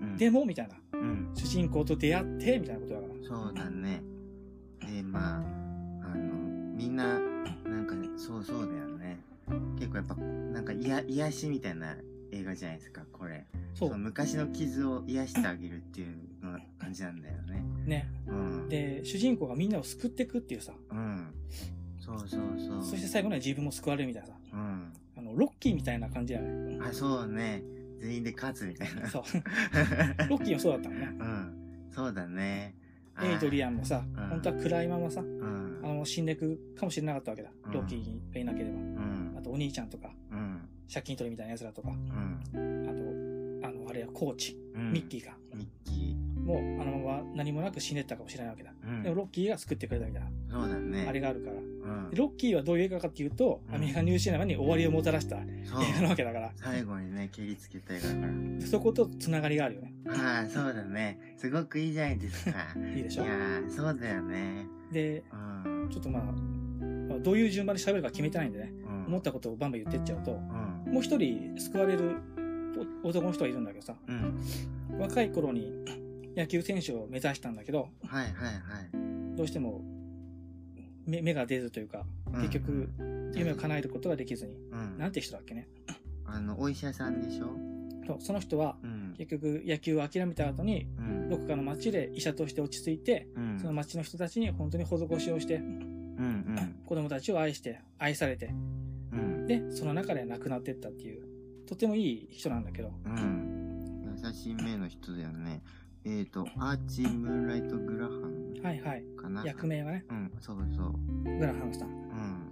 [SPEAKER 2] うん。
[SPEAKER 1] でも、みたいな。
[SPEAKER 2] うん。
[SPEAKER 1] 主人公と出会って、みたいなことだから。
[SPEAKER 2] そうだね。で、まあ、あの、みんな、なんか、そうそうだよね。結構やっぱ、なんか、いや、癒しみたいな映画じゃないですか、これ。
[SPEAKER 1] そ
[SPEAKER 2] の
[SPEAKER 1] う。
[SPEAKER 2] 昔の傷を癒してあげるっていうの感じなんだよね。
[SPEAKER 1] ね。
[SPEAKER 2] うん。、
[SPEAKER 1] で、主人公がみんなを救ってくっていうさ、
[SPEAKER 2] うん。そうそうそう。
[SPEAKER 1] そして最後には自分も救われるみたいなさ、
[SPEAKER 2] うん。
[SPEAKER 1] あの、ロッキーみたいな感じだよね。
[SPEAKER 2] あ、そうね。全員で勝つみたいな。
[SPEAKER 1] そう。 ロッキーもそうだったもんね。
[SPEAKER 2] うん。そうだね。 あー
[SPEAKER 1] エイドリアンもさ、
[SPEAKER 2] ん
[SPEAKER 1] 本当は暗いままさ、
[SPEAKER 2] う
[SPEAKER 1] あ
[SPEAKER 2] ん。
[SPEAKER 1] の、死んでくかもしれなかったわけだ
[SPEAKER 2] う。ん
[SPEAKER 1] ロッキーがいなければ。
[SPEAKER 2] うん
[SPEAKER 1] あ。と、お兄ちゃんとか、
[SPEAKER 2] うん。
[SPEAKER 1] 借金取りみたいな奴らとか、あ
[SPEAKER 2] うん。
[SPEAKER 1] と、あの、あれや、コーチ、
[SPEAKER 2] うん
[SPEAKER 1] ミッキーが、
[SPEAKER 2] ミッキ
[SPEAKER 1] もう、あのまま何もなく死んでったかもしれないわけだ。
[SPEAKER 2] ー。うん。
[SPEAKER 1] でも、ロッキーが救ってくれたみたい
[SPEAKER 2] そうだね。
[SPEAKER 1] な、あれがあるから。
[SPEAKER 2] うん
[SPEAKER 1] で。ロッキーはどういう映画かっていうと、
[SPEAKER 2] うん
[SPEAKER 1] アメリカニューシネマに終わりをもたらした映
[SPEAKER 2] そう。
[SPEAKER 1] 画なわけだから、
[SPEAKER 2] 最後にね、蹴りつけたいだから。
[SPEAKER 1] そことつながりがあるよね。
[SPEAKER 2] ああ、そうだね。すごくいいじゃないですか。
[SPEAKER 1] いいでし
[SPEAKER 2] い
[SPEAKER 1] ょ
[SPEAKER 2] やー、そうだよね。
[SPEAKER 1] で、
[SPEAKER 2] うん。
[SPEAKER 1] ちょっとまあ、まあどういう順番で喋るか決めてないんでね、
[SPEAKER 2] うん。
[SPEAKER 1] 思ったことをバンバン言ってっちゃうと、
[SPEAKER 2] うん。
[SPEAKER 1] もう一人救われるお男の人がいるんだけどさ、
[SPEAKER 2] うん。
[SPEAKER 1] 若い頃に 野球選手を目指したんだけど、
[SPEAKER 2] はいはいはい。
[SPEAKER 1] どうしても目目が出ずというか、
[SPEAKER 2] うん
[SPEAKER 1] 結局、夢を叶え
[SPEAKER 2] る。
[SPEAKER 1] ることができずに、
[SPEAKER 2] うん。
[SPEAKER 1] なんて人だっけね。
[SPEAKER 2] あの、お医者さんでしょ
[SPEAKER 1] そうその人は
[SPEAKER 2] うん。
[SPEAKER 1] 結局野球を諦めた後に、
[SPEAKER 2] うん
[SPEAKER 1] どこかの町で医者として落ち着いて、
[SPEAKER 2] うん。
[SPEAKER 1] その町の人たちに本当に施しをして、
[SPEAKER 2] うんうん
[SPEAKER 1] 子供たちを愛して、愛されて、
[SPEAKER 2] うん
[SPEAKER 1] で、その中で亡くなってったっていう、とてもいい人なんだけど、
[SPEAKER 2] うん優しい目の人だよねえっ、とアーチー・ムーンライト・グラハム
[SPEAKER 1] はいはい、
[SPEAKER 2] かな
[SPEAKER 1] 役名がね、
[SPEAKER 2] うんそうそう
[SPEAKER 1] グラハムさん。
[SPEAKER 2] うん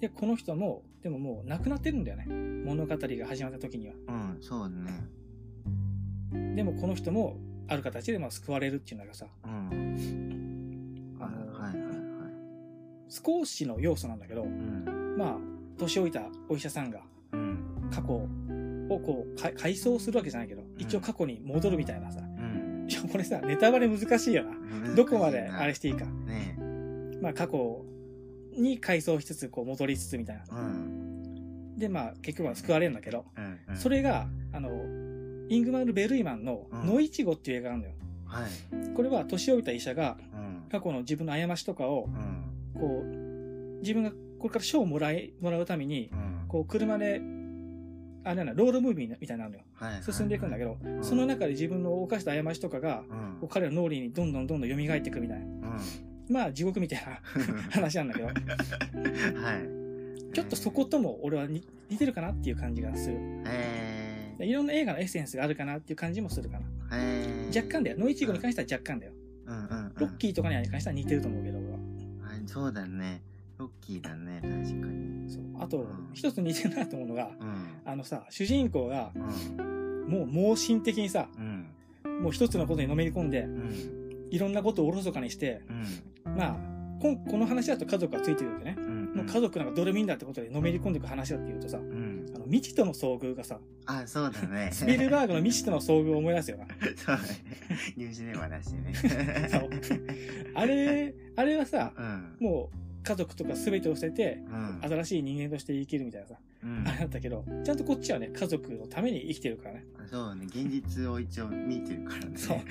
[SPEAKER 1] で、この人も、でももう亡くなってるんだよね。物語が始まった時には。
[SPEAKER 2] うんそうね
[SPEAKER 1] でもこの人も、ある形でまあ救われるっていうのがさ、
[SPEAKER 2] うん
[SPEAKER 1] あ
[SPEAKER 2] はい
[SPEAKER 1] の
[SPEAKER 2] はいはいはい
[SPEAKER 1] 少しの要素なんだけど、
[SPEAKER 2] うん
[SPEAKER 1] まあ、年老いたお医者さんが
[SPEAKER 2] うん
[SPEAKER 1] 過去をこう、か回想するわけじゃないけど、一応過去に戻るみたいなさ。
[SPEAKER 2] うん
[SPEAKER 1] いや、これさ、ネタバレ難しいよな。
[SPEAKER 2] 難しいな
[SPEAKER 1] どこまであれしていいか。
[SPEAKER 2] ねえ
[SPEAKER 1] まあ、過去に回想しつつ、こう戻りつつみたいな。
[SPEAKER 2] うん
[SPEAKER 1] で、まあ、結局は救われるんだけど、
[SPEAKER 2] うんうん
[SPEAKER 1] それが、あの、イングマル・ベルイマンの
[SPEAKER 2] うん
[SPEAKER 1] ノイチゴっていう映画なんだよ。
[SPEAKER 2] はい
[SPEAKER 1] これは年老いた医者が
[SPEAKER 2] うん
[SPEAKER 1] 過去の自分の過ちとかを
[SPEAKER 2] う、ん
[SPEAKER 1] こう、自分がこれから賞をもらい、もらうために、
[SPEAKER 2] うん
[SPEAKER 1] こう、車で、あれなんだ、ロードムービーみたいになるのよ。
[SPEAKER 2] はいはい
[SPEAKER 1] 進んでいくんだけど、
[SPEAKER 2] ん
[SPEAKER 1] その中で自分の犯した過ちとかが、
[SPEAKER 2] うん
[SPEAKER 1] こう彼の脳裏にどんどんどんどん蘇っていくみたいな。
[SPEAKER 2] うん
[SPEAKER 1] まあ、地獄みたいな話なんだけど、
[SPEAKER 2] はい
[SPEAKER 1] ちょっとそことも俺は似似てるかなっていう感じがする。
[SPEAKER 2] え
[SPEAKER 1] でいろんな映画のエッセンスがあるかなっていう感じもするかな。
[SPEAKER 2] ー、えー、
[SPEAKER 1] 若干だよ。ノイチゴに関しては若干だよ。
[SPEAKER 2] うんうんうん
[SPEAKER 1] ロッキーとかに関しては似てると思うけど、俺は。
[SPEAKER 2] あそうだね。ロッキーだね、確かに。
[SPEAKER 1] そう。あと
[SPEAKER 2] うん、
[SPEAKER 1] 一つ似てるなと思うのが、
[SPEAKER 2] うん。
[SPEAKER 1] あのさ、主人公が、
[SPEAKER 2] うん。
[SPEAKER 1] もう盲信的にさ、
[SPEAKER 2] うん。
[SPEAKER 1] もう一つのことにのめり込んで、
[SPEAKER 2] うん。
[SPEAKER 1] いろんなことをおろそかにして、
[SPEAKER 2] うん。
[SPEAKER 1] まあ、こんこの話だと家族がついてるわけね。
[SPEAKER 2] うん。
[SPEAKER 1] もう家族なんかどれもいいんだってことでのめり込んでいく話だっていうとさ、
[SPEAKER 2] うん。
[SPEAKER 1] あの、未知との遭遇が さ、
[SPEAKER 2] あ、そうだね。
[SPEAKER 1] スピルバーグの未知との遭遇を思い出すよな。
[SPEAKER 2] そうだね。ニュージネマだしね。
[SPEAKER 1] そう。あれ、あれはさ、
[SPEAKER 2] うん。
[SPEAKER 1] もう家族とか全てを捨てて、
[SPEAKER 2] うん。
[SPEAKER 1] 新しい人間として生きるみたいなさ、
[SPEAKER 2] うん
[SPEAKER 1] あれだったけど、ちゃんとこっちはね、家族のために生きてるからね。
[SPEAKER 2] そうね。現実を一応見てるからね。
[SPEAKER 1] そうま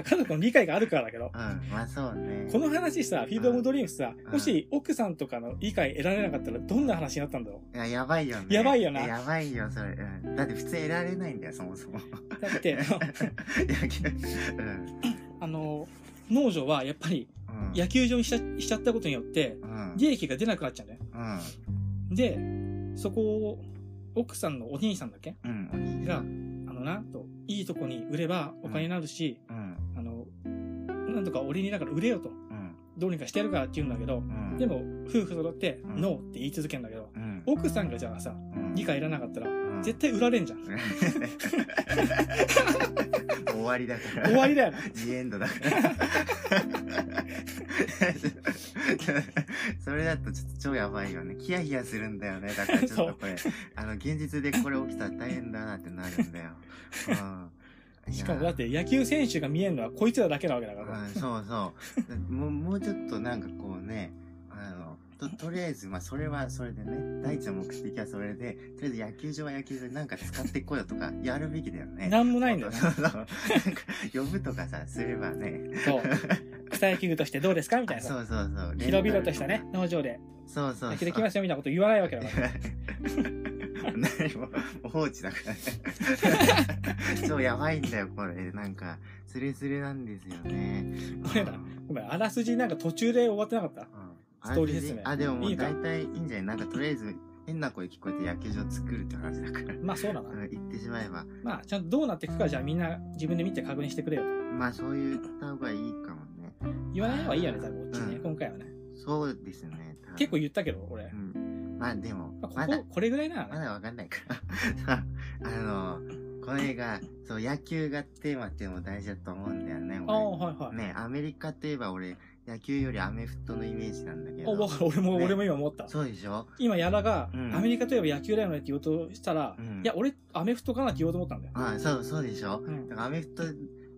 [SPEAKER 1] あ家族の理解があるからだけど
[SPEAKER 2] う、ん。まあそうね。
[SPEAKER 1] この話さ、フィードオブドリームスさ
[SPEAKER 2] う、ん
[SPEAKER 1] もし奥さんとかの理解得られなかったらどんな話になったんだろ
[SPEAKER 2] いや、やばいよね。
[SPEAKER 1] やばいよな
[SPEAKER 2] やばいよ、それ。うん。だって普通得られないんだよ、そも そも。
[SPEAKER 1] う。だ って、
[SPEAKER 2] 野球。うん。
[SPEAKER 1] あの、農場はやっぱり
[SPEAKER 2] うん。
[SPEAKER 1] 野球場にしちゃしちゃったことによって、
[SPEAKER 2] うん。
[SPEAKER 1] 利益が出なくなっちゃうんだよ。
[SPEAKER 2] うん。
[SPEAKER 1] で、そこを、奥さんのお兄さんだっけ
[SPEAKER 2] うん。お兄
[SPEAKER 1] が、あ
[SPEAKER 2] さん。
[SPEAKER 1] のな、と、いいとこに売ればお金になるし、
[SPEAKER 2] うん。
[SPEAKER 1] あの、なんとか俺にだから売れよと、
[SPEAKER 2] うん。
[SPEAKER 1] どうにかしてやるからって言うんだけど、
[SPEAKER 2] うん。
[SPEAKER 1] でも、夫婦揃って、
[SPEAKER 2] ん
[SPEAKER 1] ノーって言い続けるんだけど、
[SPEAKER 2] うん、
[SPEAKER 1] 奥さんがじゃあさ、
[SPEAKER 2] うん
[SPEAKER 1] 理解いらなかったら、
[SPEAKER 2] うん
[SPEAKER 1] 絶対売られんじゃ ん。
[SPEAKER 2] 終わりだから。
[SPEAKER 1] 終わりだよ な。
[SPEAKER 2] ジエンドだから。それだとちょっと超やばいよね。ヒヤヒヤするんだよね。だからちょっとこれ、あの、現実でこれ起きたら大変だなってなるんだよ。うん。
[SPEAKER 1] しかもだって
[SPEAKER 2] いや
[SPEAKER 1] 野球選手が見えるのはこいつらだけなわけだか
[SPEAKER 2] う
[SPEAKER 1] ら
[SPEAKER 2] ん、。そうそう。もう、もうちょっとなんかこうね、あの、と、とりあえず、まあ、それはそれでね、第一の目的はそれで、とりあえず野球場は野球場でなんか使ってこようとか、やるべきだよね。
[SPEAKER 1] なんもないんだよな。
[SPEAKER 2] そうそうなんか呼ぶとかさすればね
[SPEAKER 1] そう。草野球部としてどうですかみたいな
[SPEAKER 2] そ
[SPEAKER 1] さ。
[SPEAKER 2] うそうそう
[SPEAKER 1] 広々としたね、農場で
[SPEAKER 2] そうそうそう
[SPEAKER 1] 野球できますよみたいなこと言わないわけだから。
[SPEAKER 2] 何ももう放置だからねそうやばいんだよこれなんかスレスレなんですよね
[SPEAKER 1] これだ
[SPEAKER 2] うん
[SPEAKER 1] ごめん、あらすじなんか途中で終わってなかったストーリー説明
[SPEAKER 2] あでもも
[SPEAKER 1] いういか
[SPEAKER 2] 大体いいんじゃないなんかとりあえず変な声聞こえて野球場作るって話だから
[SPEAKER 1] まあそうなの
[SPEAKER 2] う。ん言ってしまえば
[SPEAKER 1] まあちゃんとどうなっていくかじゃあみんな自分で見て確認してくれよと。
[SPEAKER 2] まあそう言った方がいいかもね
[SPEAKER 1] 言わない方がいいよね、多分こっちね、
[SPEAKER 2] うん
[SPEAKER 1] 今回はね。
[SPEAKER 2] そうですね多分
[SPEAKER 1] 結構言ったけど、俺
[SPEAKER 2] う。んまあでも
[SPEAKER 1] まあこ
[SPEAKER 2] まだ
[SPEAKER 1] こ、これぐらいな
[SPEAKER 2] ま
[SPEAKER 1] らね。
[SPEAKER 2] だわかんないから。 あの、この映画、そう、野球がテーマっていうのも大事だと思うんだよね、
[SPEAKER 1] ああ、
[SPEAKER 2] 俺。
[SPEAKER 1] はいはい。
[SPEAKER 2] ね、アメリカといえば俺、野球よりアメフトのイメージなんだけ
[SPEAKER 1] あわ
[SPEAKER 2] ど。
[SPEAKER 1] かる俺も、
[SPEAKER 2] ね
[SPEAKER 1] 俺も今思った。
[SPEAKER 2] そうでしょ
[SPEAKER 1] 今、矢田が、
[SPEAKER 2] うん
[SPEAKER 1] アメリカといえば野球だよねって言おうとしたら、
[SPEAKER 2] うん
[SPEAKER 1] いや、俺、アメフトかなって言おうと思ったんだよ。
[SPEAKER 2] ああ、そう、そうでしょ
[SPEAKER 1] うん
[SPEAKER 2] だからアメフト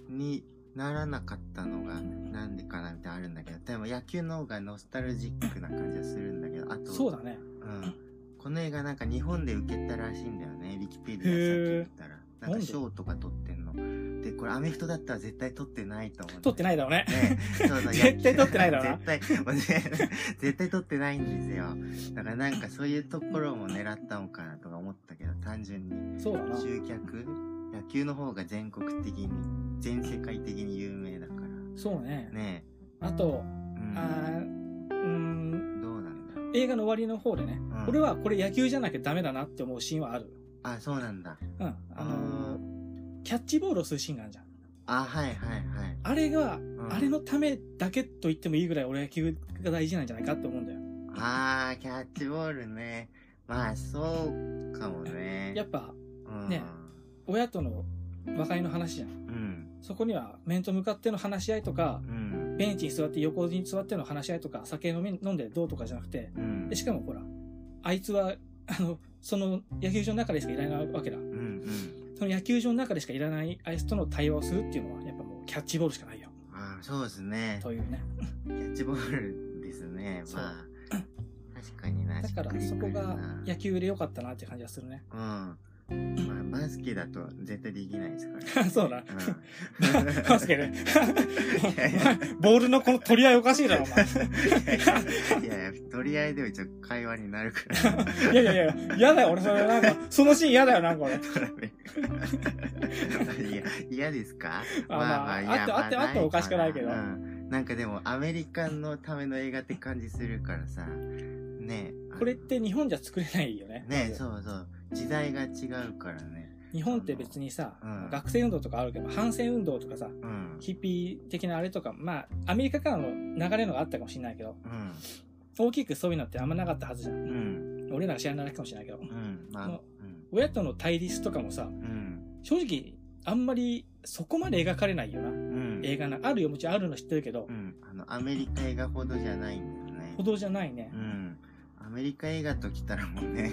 [SPEAKER 2] にならなかったのが、なんでかなみたいなのあるんだけど、でも野球の方がノスタルジックな感じがするんだけど、あと、
[SPEAKER 1] そうだね。
[SPEAKER 2] うん。この映画なんか日本で受けたらしいんだよね。ウィキペデ
[SPEAKER 1] へ
[SPEAKER 2] ィ
[SPEAKER 1] ー
[SPEAKER 2] アさっき言ったら。なんか賞とか取ってんの。で、これアメフトだったら絶対取ってないと思う。
[SPEAKER 1] 撮ってない
[SPEAKER 2] だ
[SPEAKER 1] だろうね。
[SPEAKER 2] ねえ、そう そう
[SPEAKER 1] 絶対取ってないだろうな
[SPEAKER 2] 絶対、 絶対取ってないんですよ。だからなんかそういうところも狙ったのかなとか思ったけど、単純に。
[SPEAKER 1] そうだな。
[SPEAKER 2] 集客野球の方が全国的に、全世界的に有名だから。
[SPEAKER 1] そうね。
[SPEAKER 2] ね
[SPEAKER 1] あと、
[SPEAKER 2] え。う
[SPEAKER 1] あ
[SPEAKER 2] ん。
[SPEAKER 1] ーうーん、
[SPEAKER 2] どうなんだろう。
[SPEAKER 1] 映画の終わりの方でね、
[SPEAKER 2] うん
[SPEAKER 1] 俺はこれ野球じゃなきゃダメだなって思うシーンはある。
[SPEAKER 2] あ、そうなんだ。
[SPEAKER 1] うん。あのーキャッチボールをするシーンがあるじゃん。
[SPEAKER 2] あ、はいはいはい。
[SPEAKER 1] あれが、
[SPEAKER 2] ん
[SPEAKER 1] あれのためだけと言ってもいいぐらい俺野球が大事なんじゃないかって思うんだよ。
[SPEAKER 2] あー、キャッチボールね。まあ、そうかもね。
[SPEAKER 1] やっぱ、
[SPEAKER 2] うん、
[SPEAKER 1] ね親との和解の話じゃん。
[SPEAKER 2] うん。
[SPEAKER 1] そこには面と向かっての話し合いとか、
[SPEAKER 2] うん。
[SPEAKER 1] ベンチに座って横に座っての話し合いとか、酒飲み飲んでどうとかじゃなくて、
[SPEAKER 2] うん。
[SPEAKER 1] でしかもほら、あいつは、あの、その野球場の中でしかいらないわけだ。
[SPEAKER 2] うん。うん。
[SPEAKER 1] その野球場の中でしかいらないあいつとの対話をするっていうのは、やっぱもうキャッチボールしかないよ。
[SPEAKER 2] あーそうですね。
[SPEAKER 1] というね。
[SPEAKER 2] キャッチボールですね。
[SPEAKER 1] そう
[SPEAKER 2] まあ。確かにな。
[SPEAKER 1] だから
[SPEAKER 2] し
[SPEAKER 1] そ
[SPEAKER 2] っく
[SPEAKER 1] こ
[SPEAKER 2] りくる
[SPEAKER 1] が
[SPEAKER 2] な
[SPEAKER 1] 野球で良かったなっていう感じがするね。
[SPEAKER 2] うん。まあ、バスケだと絶対できないですから、
[SPEAKER 1] そうだ
[SPEAKER 2] ん
[SPEAKER 1] バスケね
[SPEAKER 2] いやいや。
[SPEAKER 1] ボールのこの取り合いおかしいだろ、お前。
[SPEAKER 2] いやいや、取り合いでも一応会話になるから。
[SPEAKER 1] いやいやいや、嫌だよ、俺、それ、なんか、そのシーン嫌だよ、なんか 俺。
[SPEAKER 2] いや、嫌ですか
[SPEAKER 1] あまあ、あって、あって、あってもおかしくないけど
[SPEAKER 2] う。んなんかでも、アメリカンのための映画って感じするからさ。ねえ。
[SPEAKER 1] これって日本じゃ作れないよね。
[SPEAKER 2] ねえ、
[SPEAKER 1] まず
[SPEAKER 2] そうそう。時代が違うからね。
[SPEAKER 1] 日本って別にさ、
[SPEAKER 2] うん
[SPEAKER 1] 学生運動とかあるけど、反戦運動とかさ、
[SPEAKER 2] うん。
[SPEAKER 1] ヒッピー的なあれとか、まあ、アメリカからの流れのがあったかもしれないけど、
[SPEAKER 2] うん。
[SPEAKER 1] 大きくそういうのってあんまなかったはずじゃ。
[SPEAKER 2] うんん。
[SPEAKER 1] 俺らが知らないだけかもしれないけど
[SPEAKER 2] う。ん。まあ、
[SPEAKER 1] も
[SPEAKER 2] うん。
[SPEAKER 1] 親との対立とかもさ、
[SPEAKER 2] うん。
[SPEAKER 1] 正直、あんまりそこまで描かれないよな。
[SPEAKER 2] うん。
[SPEAKER 1] 映画な、あるよ、もちろんあるの知ってるけど
[SPEAKER 2] う、ん。あの、アメリカ映画ほどじゃないんだよね。
[SPEAKER 1] ほどじゃないね
[SPEAKER 2] う。ん。アメリカ映画と来たらも うね、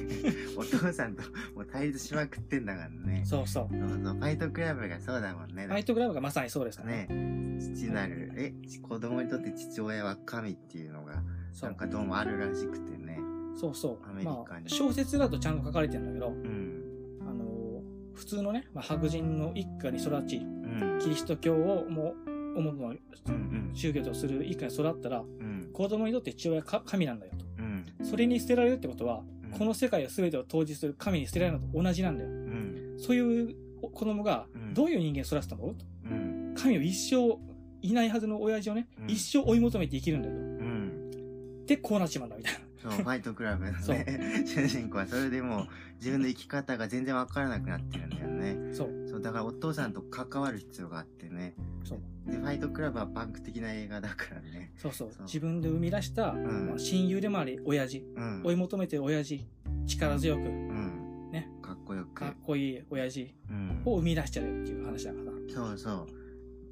[SPEAKER 2] お父さんともう対立しまくってんだからね。
[SPEAKER 1] そうそう。
[SPEAKER 2] そうそう、ファイトクラブがそうだもんね。
[SPEAKER 1] ファイトグラブがまさにそうですからね。
[SPEAKER 2] ね。父なる、え、子供にとって父親は神っていうのが、
[SPEAKER 1] そ
[SPEAKER 2] なん
[SPEAKER 1] う
[SPEAKER 2] かどうもあるらしくてね。
[SPEAKER 1] そうそう
[SPEAKER 2] アメ。リカ
[SPEAKER 1] ま
[SPEAKER 2] に
[SPEAKER 1] あ、小説だとちゃんと書かれてるんだけど、
[SPEAKER 2] うん。
[SPEAKER 1] あのー普通のね、まあ、白人の一家に育ち、
[SPEAKER 2] うん。
[SPEAKER 1] キリスト教をもう、重くの
[SPEAKER 2] うん。
[SPEAKER 1] 宗教とする一家に育ったら、
[SPEAKER 2] うん。
[SPEAKER 1] 子供にとって父親はか神なんだよと。
[SPEAKER 2] うん。
[SPEAKER 1] それに捨てられるってことは、
[SPEAKER 2] うん
[SPEAKER 1] この世界を全てを統治する神に捨てられるのと同じなんだよ。
[SPEAKER 2] うん。
[SPEAKER 1] そういう子供が
[SPEAKER 2] うん、
[SPEAKER 1] どういう人間を育てたのと
[SPEAKER 2] うん。
[SPEAKER 1] 神を一生、いないはずの親父をね、
[SPEAKER 2] うん
[SPEAKER 1] 一生追い求めて生きるんだよと。
[SPEAKER 2] うん。
[SPEAKER 1] で、こうなっちまうんだ、みたいな。
[SPEAKER 2] そう、ファイトクラブの
[SPEAKER 1] そう
[SPEAKER 2] ね、 主人公はそれでもう自分の生き方が全然わからなくなってるんだよね。
[SPEAKER 1] そう。
[SPEAKER 2] そう、だからお父さんと関わる必要があってね。
[SPEAKER 1] そう。
[SPEAKER 2] で、ファイトクラブはパンク的な映画だからね。
[SPEAKER 1] そうそう。
[SPEAKER 2] そう
[SPEAKER 1] 自分で生み出した、
[SPEAKER 2] ん
[SPEAKER 1] まあ親友でもあり、親父。
[SPEAKER 2] うん。
[SPEAKER 1] 追い求めてる親父。力強く、
[SPEAKER 2] うん。
[SPEAKER 1] ね。
[SPEAKER 2] かっこよく
[SPEAKER 1] かっ。こいい親父
[SPEAKER 2] うん。
[SPEAKER 1] を生み出しちゃうっていう話だから。
[SPEAKER 2] そうそ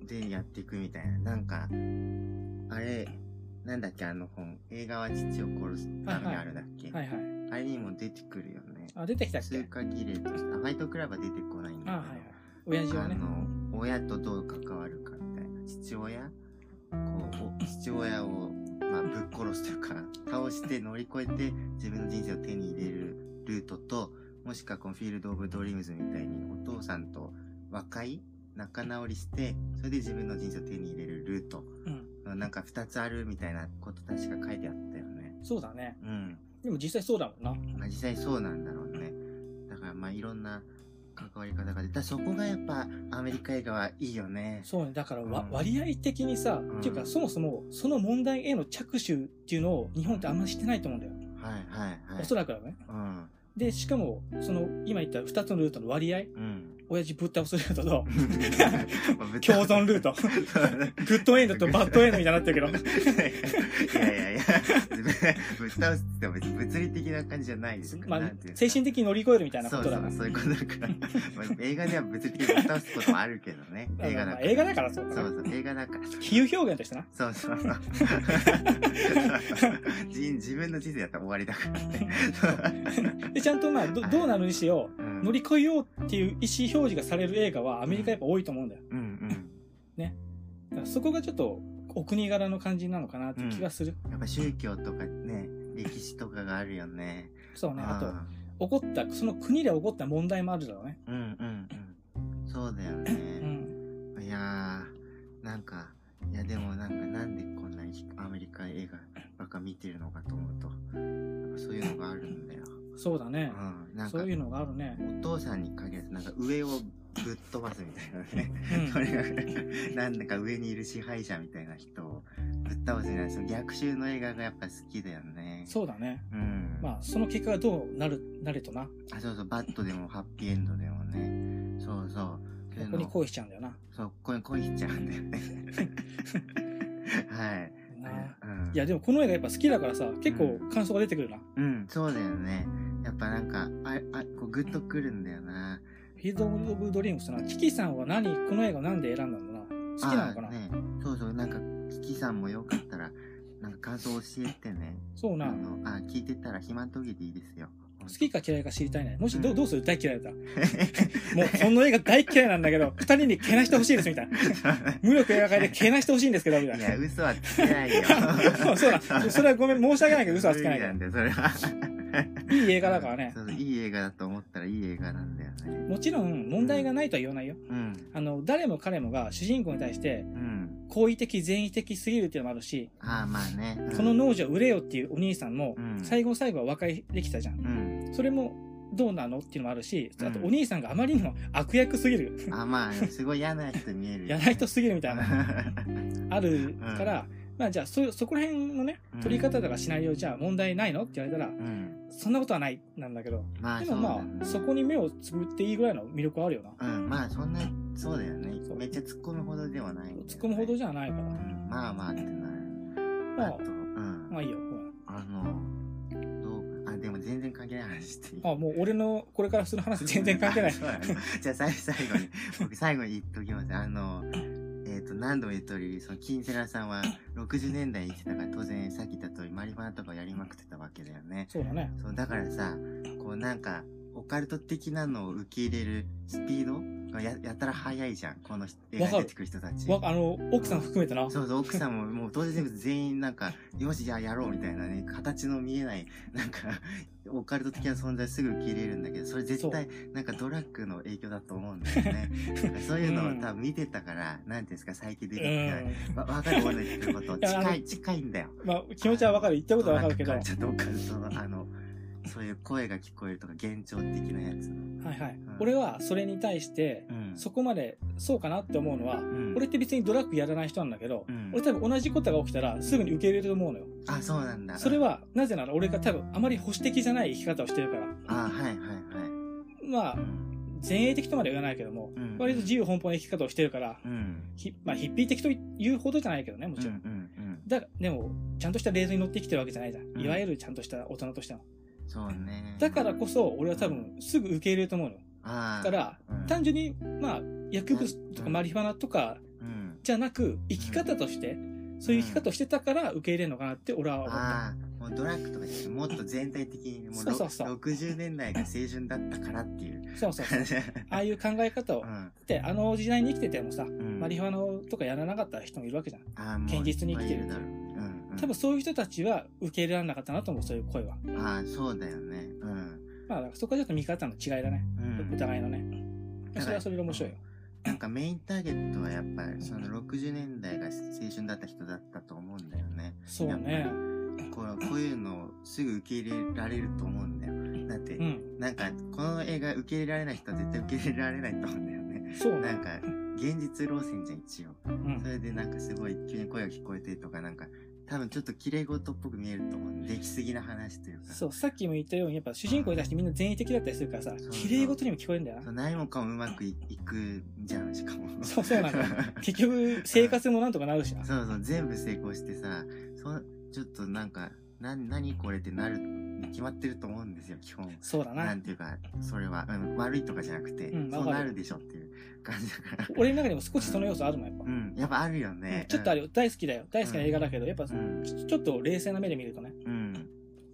[SPEAKER 2] う。で、やっていくみたいな。なんか、あれ、なんだっけ、あの本。映画は父を殺すためにあるだっけ、
[SPEAKER 1] はいはい。
[SPEAKER 2] あれにも出てくるよね。
[SPEAKER 1] あ、出てきたっ
[SPEAKER 2] 通
[SPEAKER 1] け
[SPEAKER 2] 過儀礼として、あファイトクラブは出てこないん
[SPEAKER 1] あ、
[SPEAKER 2] だ
[SPEAKER 1] はいは
[SPEAKER 2] けど。
[SPEAKER 1] い。親父をね。
[SPEAKER 2] あの親とどう関わるかみたいな父親こうお父親を、まあ、ぶっ殺すというか倒して乗り越えて自分の人生を手に入れるルートともしくはこのフィールド・オブ・ドリームズみたいにお父さんと和解仲直りしてそれで自分の人生を手に入れるルート
[SPEAKER 1] うん。
[SPEAKER 2] なんか2つあるみたいなこと確か書いてあったよね
[SPEAKER 1] そうだね。
[SPEAKER 2] うん
[SPEAKER 1] でも実際そうだもんな。
[SPEAKER 2] まあ、実際そうなんだろうね。だからまあいろんな関わり方が出て、だからそこがやっぱアメリカ映画はいいよね。
[SPEAKER 1] そうね。だからわ、
[SPEAKER 2] うん
[SPEAKER 1] 割合的にさ、
[SPEAKER 2] ん
[SPEAKER 1] っていうか、そもそも、その問題への着手っていうのを日本ってあんまりしてないと思うんだよ。
[SPEAKER 2] はいはいはい。
[SPEAKER 1] おそらくはね。
[SPEAKER 2] うん。
[SPEAKER 1] で、しかも、その、今言った2つのルートの割合、
[SPEAKER 2] うん。
[SPEAKER 1] 親父ぶっ倒すルートと、
[SPEAKER 2] まあぶっ
[SPEAKER 1] 共存ルート。グッドエンドとバッドエンドみたいになってるけど。
[SPEAKER 2] いやいやいや、ぶっ倒すって言っても物理的な感じじゃないですから
[SPEAKER 1] ま
[SPEAKER 2] な
[SPEAKER 1] あ
[SPEAKER 2] んていう、か
[SPEAKER 1] 精神的に乗り越えるみたいなことだから。
[SPEAKER 2] そうそう、そういうことだから。まあ、映画では物理的にぶっ倒すこともあるけどね。
[SPEAKER 1] まあ
[SPEAKER 2] 映画だ
[SPEAKER 1] ま
[SPEAKER 2] か
[SPEAKER 1] あ
[SPEAKER 2] ら。
[SPEAKER 1] 映画だからそうか
[SPEAKER 2] そ
[SPEAKER 1] な
[SPEAKER 2] うそう、映画だから。
[SPEAKER 1] 比喩表現としてな。
[SPEAKER 2] そうそうそう。人自分の人生だったら終わりだからね。
[SPEAKER 1] で、ちゃんとまあ、どどうなるにしよう、
[SPEAKER 2] うん
[SPEAKER 1] 乗り越えようっていう意思表示がされる映画はアメリカやっぱ多いと思うんだよ。
[SPEAKER 2] うん
[SPEAKER 1] だからそこがちょっと、お国柄の感じなのかなって気がする。
[SPEAKER 2] うん。やっぱ宗教とかね、歴史とかがあるよね。
[SPEAKER 1] そうね。あと、
[SPEAKER 2] あ
[SPEAKER 1] 起こった、その国で起こった問題もあるだろうね。
[SPEAKER 2] ーうんうんうん。そうだよ
[SPEAKER 1] う
[SPEAKER 2] ね。
[SPEAKER 1] ん。
[SPEAKER 2] いやー、なんか、いやでもなんかなんでこんなにアメリカ映画ばっか見てるのかと思うと、なんかそういうのがあるんだよ。
[SPEAKER 1] そうだね。
[SPEAKER 2] うん。なんか
[SPEAKER 1] そう、いうのがあるね。
[SPEAKER 2] お父さんに限らず、なんか上をぶっ飛ばすみたいなね。
[SPEAKER 1] うん
[SPEAKER 2] それが、 なんだか上にいる支配者みたいな人をぶっ倒すみたいな、その逆襲の映画がやっぱ好きだよね。
[SPEAKER 1] そうだね。
[SPEAKER 2] うん。
[SPEAKER 1] まあ、その結果がどうなる、なるとな。
[SPEAKER 2] あ、そうそう、バットでもハッピーエンドでもね。そうそう。そう
[SPEAKER 1] こ
[SPEAKER 2] いうの
[SPEAKER 1] こに恋しちゃうんだよな。
[SPEAKER 2] そう、ここに恋しちゃうんだよ ね。はい。
[SPEAKER 1] な
[SPEAKER 2] うん、
[SPEAKER 1] いや、でもこの映画やっぱ好きだからさ、結構感想が出てくるな。
[SPEAKER 2] うん、そうだよね。やっぱなんか、あ、あ、こうグッとくるんだよな。
[SPEAKER 1] フィールド・オブ・ドリームスな、キキさんは何、この映画なんで選んだのかな好きなのかな、
[SPEAKER 2] あね、そうそう、なんか、キキさんもよかったら、なんか感想教えてね。
[SPEAKER 1] そう
[SPEAKER 2] あ
[SPEAKER 1] な。
[SPEAKER 2] の、あ、聞いてたら暇とげていいですよ。
[SPEAKER 1] 好き か嫌いか知りたいね。もし、どう、どうする大嫌いだ ったら。も
[SPEAKER 2] も
[SPEAKER 1] う、この映画大嫌いなんだけど、二人にけなしてほしいです、みたいな。無力映画界でけなしてほしいんですけど、みたい
[SPEAKER 2] い
[SPEAKER 1] な。
[SPEAKER 2] や、。嘘はつけないよ
[SPEAKER 1] そうだ。それはごめん、申し訳ないけど、嘘はつけない
[SPEAKER 2] 無
[SPEAKER 1] から
[SPEAKER 2] 理ん。だよ、それは。
[SPEAKER 1] いい映画だからね
[SPEAKER 2] そ。うそういい映画だと思ったらいい映画なんだよね。
[SPEAKER 1] もちろん、問題がないとは言わないよ。
[SPEAKER 2] うん。
[SPEAKER 1] あの、誰も彼もが主人公に対して、
[SPEAKER 2] うん。
[SPEAKER 1] 好意的、善意的すぎるっていうのもあるし、
[SPEAKER 2] ああ、まあね。うん
[SPEAKER 1] この農場売れよっていうお兄さんも
[SPEAKER 2] う、ん
[SPEAKER 1] 最後の最後は和解できたじゃん。
[SPEAKER 2] うん。
[SPEAKER 1] それも、どうなのっていうのもあるし、あと
[SPEAKER 2] うん
[SPEAKER 1] お兄さんがあまりにも悪役すぎる。
[SPEAKER 2] あ、まあ、すごい嫌な人見える、
[SPEAKER 1] やらない人すぎるみたいな、
[SPEAKER 2] な。
[SPEAKER 1] あるから、まあじゃあ、そ、そこら辺のね、取り方とかシナリオじゃあ問題ないのって言われたら、
[SPEAKER 2] うん。
[SPEAKER 1] そんなことはない、なんだけど。
[SPEAKER 2] まあ、
[SPEAKER 1] で
[SPEAKER 2] そ
[SPEAKER 1] も
[SPEAKER 2] うだ
[SPEAKER 1] ま
[SPEAKER 2] ね
[SPEAKER 1] あ、そこに目をつぶっていいぐらいの魅力はあるよな。
[SPEAKER 2] うん、まあ、そんな、そうだよね
[SPEAKER 1] そう。
[SPEAKER 2] めっちゃ突っ込むほどではない、
[SPEAKER 1] 突っ込むほどじゃないから。
[SPEAKER 2] うんまあまあってなる。
[SPEAKER 1] ま
[SPEAKER 2] あ
[SPEAKER 1] あ
[SPEAKER 2] と、う、ん。
[SPEAKER 1] まあいいよ。ご
[SPEAKER 2] あの、どうあ、でも全然関係ない話していい
[SPEAKER 1] めんあ、もう俺のこれからする話 全然関係な い
[SPEAKER 2] あ。そうなのじゃあ 最最後に、僕最後に言っときます。あの、えっ、と、何度も言う通り、その、金セラさんは60年代に生きてたから、当然さっき言った通り、マリファナとかをやりまくってたわけだよね。
[SPEAKER 1] そうだね。
[SPEAKER 2] そう、だからさ、こうなんか、オカルト的なのを受け入れるスピードがややたら速いじゃん。この人映画に出てくる人たち。
[SPEAKER 1] わ、あの、奥さん含めてな。
[SPEAKER 2] そうそう、奥さんも、もう当然全員なんか、よし、じゃあやろうみたいなね、形の見えない、なんか、オカルト的な存在すぐ受け入れるんだけど、それ絶対、なんかドラッグの影響だと思うんだよね。なんかそういうのを多分見てたから、なんていうんですか、最近出
[SPEAKER 1] う
[SPEAKER 2] てき
[SPEAKER 1] ん。
[SPEAKER 2] た。わ、わかる俺の言ってること。
[SPEAKER 1] やあの
[SPEAKER 2] 近い、近いんだよ。
[SPEAKER 1] まあ、気持ちはわかる。言ったことはわかるけど。
[SPEAKER 2] な
[SPEAKER 1] は
[SPEAKER 2] んちょっとオカルトの、あの、そういう声が聞こえるとか、幻聴的なやつの。
[SPEAKER 1] いはい。俺はそれに対して、
[SPEAKER 2] うん。
[SPEAKER 1] そこまで、そうかなって思うのは、
[SPEAKER 2] うん
[SPEAKER 1] 俺って別にドラッグやらない人なんだけど、
[SPEAKER 2] うん
[SPEAKER 1] 俺多分同じことが起きたらすぐに受け入れると思うのよ。
[SPEAKER 2] あ、そうなんだ。
[SPEAKER 1] それ、は、なぜなら俺が多分あまり保守的じゃない生き方をしてるから。
[SPEAKER 2] あ、はいはいはい。
[SPEAKER 1] まあ
[SPEAKER 2] う、ん
[SPEAKER 1] 前衛的とまでは言わないけども、
[SPEAKER 2] うん
[SPEAKER 1] 割と自由奔放な生き方をしてるから、
[SPEAKER 2] うん。
[SPEAKER 1] ひまあ、ヒッピー的と言うほどじゃないけどね、も
[SPEAKER 2] うん、
[SPEAKER 1] ち
[SPEAKER 2] う
[SPEAKER 1] ろん。
[SPEAKER 2] ん、うん。
[SPEAKER 1] だがでも、ちゃんとしたレールに乗ってきてるわけじゃないじゃん。
[SPEAKER 2] ん
[SPEAKER 1] いわゆるちゃんとした大人としての。
[SPEAKER 2] そうね。
[SPEAKER 1] だからこそ、俺は多分、すぐ受け入れると思うの。
[SPEAKER 2] あ
[SPEAKER 1] だか
[SPEAKER 2] あ。
[SPEAKER 1] ら、
[SPEAKER 2] うん
[SPEAKER 1] 単純に、まあ、薬物とか
[SPEAKER 2] うん
[SPEAKER 1] マリファナとか
[SPEAKER 2] うん。
[SPEAKER 1] じゃなく、生き方として、そういう生き方をしてたから受け入れるのかなって俺は思った。
[SPEAKER 2] ああ、もうドラッグとかじゃなくてもっと全体的に、も
[SPEAKER 1] そうそうそう
[SPEAKER 2] 60年代が青春だったからっていう
[SPEAKER 1] そうそうそう。
[SPEAKER 2] 感じ。
[SPEAKER 1] ああいう考え方を
[SPEAKER 2] う、ん。
[SPEAKER 1] で、あの時代に生きててもさ、
[SPEAKER 2] うん
[SPEAKER 1] マリファナとかやらなかった人もいるわけじゃん。
[SPEAKER 2] あーもう
[SPEAKER 1] 堅実に生きてる
[SPEAKER 2] いっぱいいだろうね。うん、うん。
[SPEAKER 1] 多分そういう人たちは受け入れられなかったなと思う、そういう声は。
[SPEAKER 2] ああ、そうだよね。うん。
[SPEAKER 1] まあ、だからそこはちょっと見方の違いだね。
[SPEAKER 2] うん
[SPEAKER 1] お。互いのね。それはそれで面白いよ。
[SPEAKER 2] なんかメインターゲットはやっぱりその60年代が青春だった人だったと思うんだよね。
[SPEAKER 1] そう
[SPEAKER 2] やっ
[SPEAKER 1] ね
[SPEAKER 2] ぱ。こうこういうのをすぐ受け入れられると思うんだよ。だって
[SPEAKER 1] う、ん。
[SPEAKER 2] なんかこの映画受け入れられない人は絶対受け入れられないと思うんだよ ね。
[SPEAKER 1] そうね
[SPEAKER 2] なん。か、現実路線じゃん、一応。
[SPEAKER 1] うん
[SPEAKER 2] それでなんかすごい急に声が聞こえてとか、なんか、多分ちょっと綺麗事っぽく見えると思う。出来すぎな話というか。
[SPEAKER 1] そう、さっきも言ったように、やっぱ主人公に対してみんな善意的だったりするからさ
[SPEAKER 2] そう、
[SPEAKER 1] 綺麗事にも聞こえるんだよ
[SPEAKER 2] そう
[SPEAKER 1] な。
[SPEAKER 2] 何もかもうまくいいくじゃん、しかも。
[SPEAKER 1] そうそう なんだよ
[SPEAKER 2] そう
[SPEAKER 1] 結局、生活もなんとかなるしな。
[SPEAKER 2] そう、全部成功してさ、そうちょっとなんか、な、何これってなる、決まってると思うんですよ、基本。
[SPEAKER 1] そうだ
[SPEAKER 2] な
[SPEAKER 1] な。
[SPEAKER 2] んていうか、それは、うん、悪いとかじゃなくて、
[SPEAKER 1] うん
[SPEAKER 2] そう
[SPEAKER 1] わか
[SPEAKER 2] な
[SPEAKER 1] る
[SPEAKER 2] るでしょっていう感じだから。
[SPEAKER 1] 俺の中にも少しその要素あるの、やっぱ
[SPEAKER 2] う。ん、やっぱあるよ
[SPEAKER 1] うん
[SPEAKER 2] ね。
[SPEAKER 1] ちょっとあ
[SPEAKER 2] る。
[SPEAKER 1] るよ。大好きだよ。大好きな映画だけど、やっぱ、
[SPEAKER 2] う
[SPEAKER 1] ち
[SPEAKER 2] ん、
[SPEAKER 1] ょちょっと冷静な目で見るとね、
[SPEAKER 2] うん。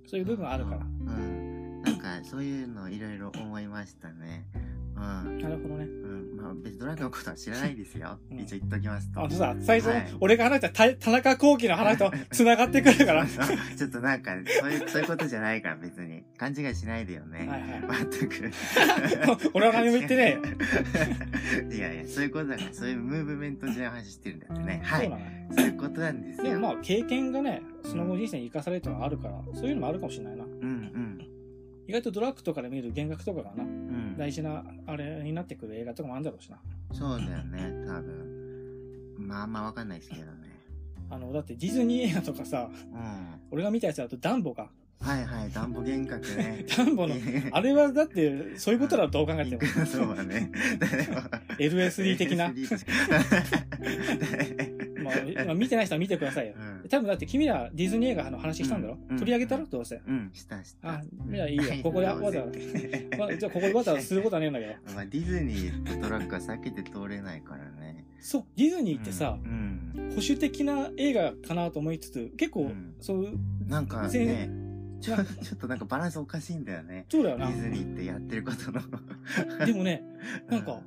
[SPEAKER 1] そういう部分はあるから
[SPEAKER 2] う。ん。なんかそういうのいろいろ思いましたね。うん。
[SPEAKER 1] なるほどね。
[SPEAKER 2] うん。まあ、別にドラゴンのことは知らないですよ。
[SPEAKER 1] うん
[SPEAKER 2] 一応言っときますと。
[SPEAKER 1] あのさ、最初
[SPEAKER 2] はい、
[SPEAKER 1] 俺が話したた田中幸喜の話と繋がってくる から。は
[SPEAKER 2] ちょっとなんか、そういう、そういうことじゃないから別に。勘違いしないでよ
[SPEAKER 1] いは
[SPEAKER 2] ね。
[SPEAKER 1] い。。
[SPEAKER 2] まったく
[SPEAKER 1] 俺は何も言ってね
[SPEAKER 2] え。 いやいや、そういうことだから、そういうムーブメント時代の話してるんだってね。は
[SPEAKER 1] そう
[SPEAKER 2] い。
[SPEAKER 1] なのよ
[SPEAKER 2] そういうことなんです
[SPEAKER 1] で
[SPEAKER 2] よ。
[SPEAKER 1] もまあ、経験がね、その後人生に生かされるってのはあるから、そういうのもあるかもしれないな。
[SPEAKER 2] うん
[SPEAKER 1] 意外とドラッグとかで見る幻覚とかがな、
[SPEAKER 2] うん。うん。
[SPEAKER 1] 大事な、あれになってくる映画とかもあるんだろうしな。
[SPEAKER 2] そうだよね、多分。まあまあわかんないですけどね。
[SPEAKER 1] あの、だってディズニー映画とかさ、
[SPEAKER 2] うん。
[SPEAKER 1] 俺が見たやつだとダンボが、。
[SPEAKER 2] はいはい、暖房幻覚ね
[SPEAKER 1] ダンボの、 あれはだって、そういうことだろどう考えても。
[SPEAKER 2] そうだね。
[SPEAKER 1] LSD 的な。
[SPEAKER 2] LSD
[SPEAKER 1] まあ、まあ見てない人は見てくださいよ
[SPEAKER 2] う。ん
[SPEAKER 1] 多分だって君らディズニー映画の話したんだろ、
[SPEAKER 2] うん
[SPEAKER 1] 取り上げたろどうせ。
[SPEAKER 2] うん、したした。
[SPEAKER 1] あじゃあいいよ
[SPEAKER 2] は
[SPEAKER 1] ここで
[SPEAKER 2] どうぞ
[SPEAKER 1] わざわまあ、じゃあここでわざわざすることはねえんだけど。
[SPEAKER 2] まあ、ディズニーとトラックは避けて通れないからね。
[SPEAKER 1] そう、ディズニーってさ、
[SPEAKER 2] うん。
[SPEAKER 1] 保守的な映画かなと思いつつ、結構、
[SPEAKER 2] うん
[SPEAKER 1] そういう、
[SPEAKER 2] なんかね
[SPEAKER 1] 全、
[SPEAKER 2] ちょちょっとなんかバランスおかしいんだよね。
[SPEAKER 1] そうだよ
[SPEAKER 2] デ
[SPEAKER 1] な。
[SPEAKER 2] ィズニーってやってることの。
[SPEAKER 1] でもね、なんか、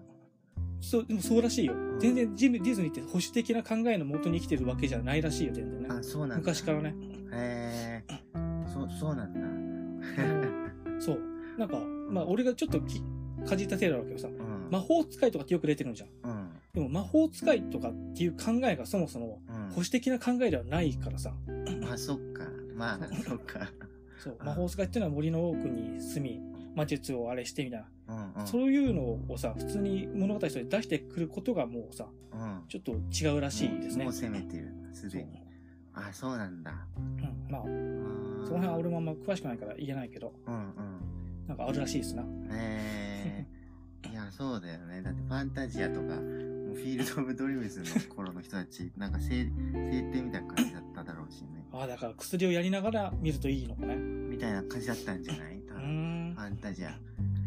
[SPEAKER 1] そう、でもそうらしいよ。全然ジムディズニーって保守的な考えのもとに生きてるわけじゃないらしいよ、全然ね。
[SPEAKER 2] あ、そうなんだ。
[SPEAKER 1] 昔から ね。
[SPEAKER 2] へえ。そ、そうなんだ。
[SPEAKER 1] そう。なんか、まあ俺がちょっときかじった程度だけどさ、
[SPEAKER 2] うん。
[SPEAKER 1] 魔法使いとかってよく出てるんじゃん。
[SPEAKER 2] うん。
[SPEAKER 1] でも魔法使いとかっていう考えがそもそも
[SPEAKER 2] うん
[SPEAKER 1] 保。守的な考えではないからさ、
[SPEAKER 2] まあ、そっか。まあ、そっか。
[SPEAKER 1] そう、
[SPEAKER 2] あ
[SPEAKER 1] 魔法使いっていうのは森の奥に住み、魔術をあれしてみたい
[SPEAKER 2] うんう
[SPEAKER 1] な、
[SPEAKER 2] ん。
[SPEAKER 1] そういうのをさ、普通に物語として出してくることがもうさ、
[SPEAKER 2] うん。
[SPEAKER 1] ちょっと違うらしいですね。
[SPEAKER 2] もう攻めてる。す
[SPEAKER 1] そ
[SPEAKER 2] で
[SPEAKER 1] う
[SPEAKER 2] に。あ、そうなんだ。
[SPEAKER 1] うん、まあ、
[SPEAKER 2] そ
[SPEAKER 1] その辺は俺もあんま詳しくないから言えないけど、
[SPEAKER 2] うん
[SPEAKER 1] なんかあるらしいですな。
[SPEAKER 2] うん。へ え。いや、そうだよね。だって、ファンタジアとか、もうフィールド・オブ・ドリームズの頃の人た ち、なんか聖、聖典みたいな感じだっただろうしね。
[SPEAKER 1] ああ、だから薬をやりながら見るといいのかね。う
[SPEAKER 2] みたいな感じだったんじゃない多
[SPEAKER 1] ー
[SPEAKER 2] 分
[SPEAKER 1] ん
[SPEAKER 2] フ。ァンタジア。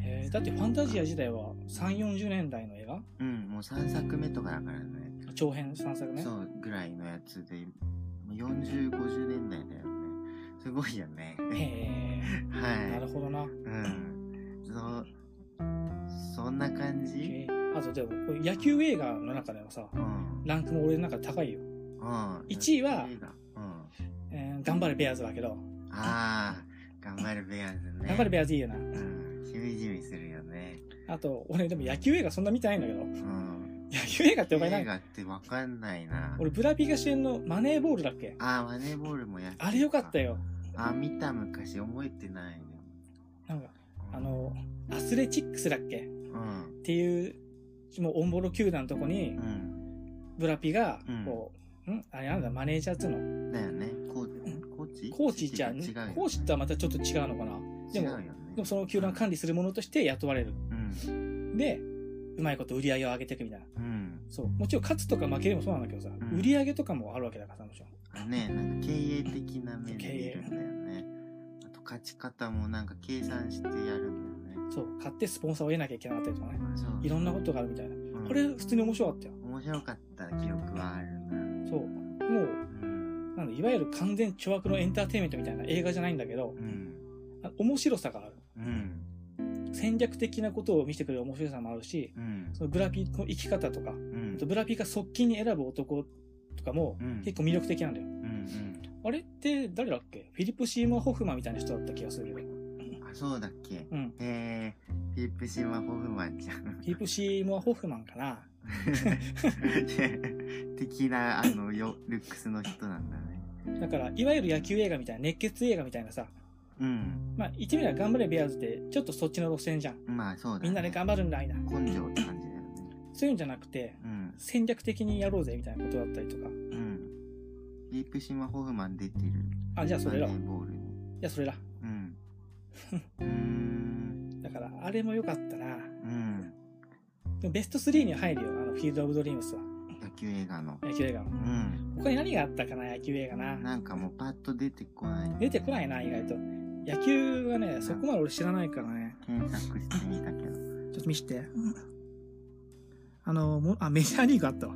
[SPEAKER 1] へーだってファンタジア時代は3、40年代の映画
[SPEAKER 2] うん、もう3作目とかだからね。
[SPEAKER 1] 長編3作ね
[SPEAKER 2] そ。う、ぐらいのやつで、もう40、50年代だよね。すごいよ ね。
[SPEAKER 1] へえ、な
[SPEAKER 2] は
[SPEAKER 1] るほどな。
[SPEAKER 2] い。うん。そ、そんな感
[SPEAKER 1] え
[SPEAKER 2] じ
[SPEAKER 1] ーあとでもこれ野球映画の中ではさ
[SPEAKER 2] うん。
[SPEAKER 1] ランクも俺の中で高いよ、
[SPEAKER 2] うん。
[SPEAKER 1] 一位は
[SPEAKER 2] 映画うん。
[SPEAKER 1] えー頑張れベアーズだけど、
[SPEAKER 2] ああ、頑張るベアーズね。
[SPEAKER 1] 頑張れベアーズいいよな
[SPEAKER 2] うん、しみじみするよね。
[SPEAKER 1] あと俺でも野球映画そんな見てないんだけど
[SPEAKER 2] うん。
[SPEAKER 1] 野球映画ってお前な
[SPEAKER 2] 映
[SPEAKER 1] い
[SPEAKER 2] 画ってわかんないな。
[SPEAKER 1] 俺ブラピが主演のマネーボールだっけ
[SPEAKER 2] ああ、マネーボールもやって
[SPEAKER 1] あれよかった
[SPEAKER 2] よ。
[SPEAKER 1] よ
[SPEAKER 2] あー見た昔覚えてないよ。
[SPEAKER 1] なんか
[SPEAKER 2] うん
[SPEAKER 1] あ、のアスレチックスだっけっ
[SPEAKER 2] うん、
[SPEAKER 1] ていうもうオンボロ球団のとこに
[SPEAKER 2] うん。
[SPEAKER 1] ブラピが
[SPEAKER 2] うん
[SPEAKER 1] こう、んあれなんだマネージャーっつうの
[SPEAKER 2] だよね。コーコーチ
[SPEAKER 1] コーチじゃん
[SPEAKER 2] 違うよね。
[SPEAKER 1] コーチとはまたちょっと違うのかな
[SPEAKER 2] 違
[SPEAKER 1] で
[SPEAKER 2] う
[SPEAKER 1] も
[SPEAKER 2] よね。
[SPEAKER 1] でもその球団を管理する者として雇われる
[SPEAKER 2] うん、
[SPEAKER 1] でうまいこと売り上げを上げていくみたいな
[SPEAKER 2] うん。
[SPEAKER 1] そう。もちろん勝つとか負けでもそうなんだけどさ、
[SPEAKER 2] ん
[SPEAKER 1] 売り上げとかもあるわけだからさ、もちろん。
[SPEAKER 2] あね、なんか経営的な面で見るんだよね。あと勝ち方もなんか計算してやるんだよね。
[SPEAKER 1] そう。買ってスポンサーを得なきゃいけなかったりとかね。
[SPEAKER 2] そう。
[SPEAKER 1] いろんなことがあるみたいな。
[SPEAKER 2] うん
[SPEAKER 1] これ、普通に面白かったよ。
[SPEAKER 2] 面白かった記憶はあるな。
[SPEAKER 1] そう。もう、
[SPEAKER 2] うん。
[SPEAKER 1] なんだ、いわゆる完全巨悪のエンターテインメントみたいな映画じゃないんだけど
[SPEAKER 2] う、ん。
[SPEAKER 1] あ面白さがある。
[SPEAKER 2] うん。
[SPEAKER 1] 戦略的なことを見せてくれる面白さもあるし、
[SPEAKER 2] うん。
[SPEAKER 1] そのブラピの生き方とか、
[SPEAKER 2] うん
[SPEAKER 1] あとブラピが側近に選ぶ男とかも
[SPEAKER 2] うん
[SPEAKER 1] 結構魅力的なんだよ。
[SPEAKER 2] うん
[SPEAKER 1] あれって誰だっけフィリップ・シーモア・ホフマンみたいな人だった気がするけど。
[SPEAKER 2] うん。あ、そうだっけ
[SPEAKER 1] うん。フ
[SPEAKER 2] えー、フィリップ・シーマ・ホフマンちゃ ん。
[SPEAKER 1] ィリップ・シーモア・ホフマンかな
[SPEAKER 2] 的な、あの、よ、ルックスの人なんだね。
[SPEAKER 1] だから、いわゆる野球映画みたいな、熱血映画みたいなさ、
[SPEAKER 2] うん。
[SPEAKER 1] まあ、言ってみれば頑張れベアーズって、ちょっとそっちの路線じゃん。
[SPEAKER 2] まあ、そうだ、ね。
[SPEAKER 1] みんなで頑張るんだ、みたいな。
[SPEAKER 2] 根性って感じだよね。
[SPEAKER 1] そういうんじゃなくて、
[SPEAKER 2] うん。
[SPEAKER 1] 戦略的にやろうぜ、みたいなことだったりとか。
[SPEAKER 2] うん。フィリップ・シーマ・ホフマン出てる。
[SPEAKER 1] あ、じゃあそれだ。
[SPEAKER 2] マネ
[SPEAKER 1] い
[SPEAKER 2] ーボールに。
[SPEAKER 1] や、それだ。
[SPEAKER 2] うん。うーん。
[SPEAKER 1] だから、あれも良かったな。
[SPEAKER 2] うん。
[SPEAKER 1] でもベスト3に入るよ、あの、フィールド・オブ・ドリームスは。
[SPEAKER 2] 野球映画の。
[SPEAKER 1] 野球映画の
[SPEAKER 2] う。ん。
[SPEAKER 1] 他に何があったかな、野球映画な。
[SPEAKER 2] なんかもうパッと出てこない。
[SPEAKER 1] 出てこないな、意外と。野球はね、そこまで俺知らないからね。
[SPEAKER 2] 検索してみたけど。
[SPEAKER 1] ちょっと見して。あの、もあ、メジャーリーグあったわ。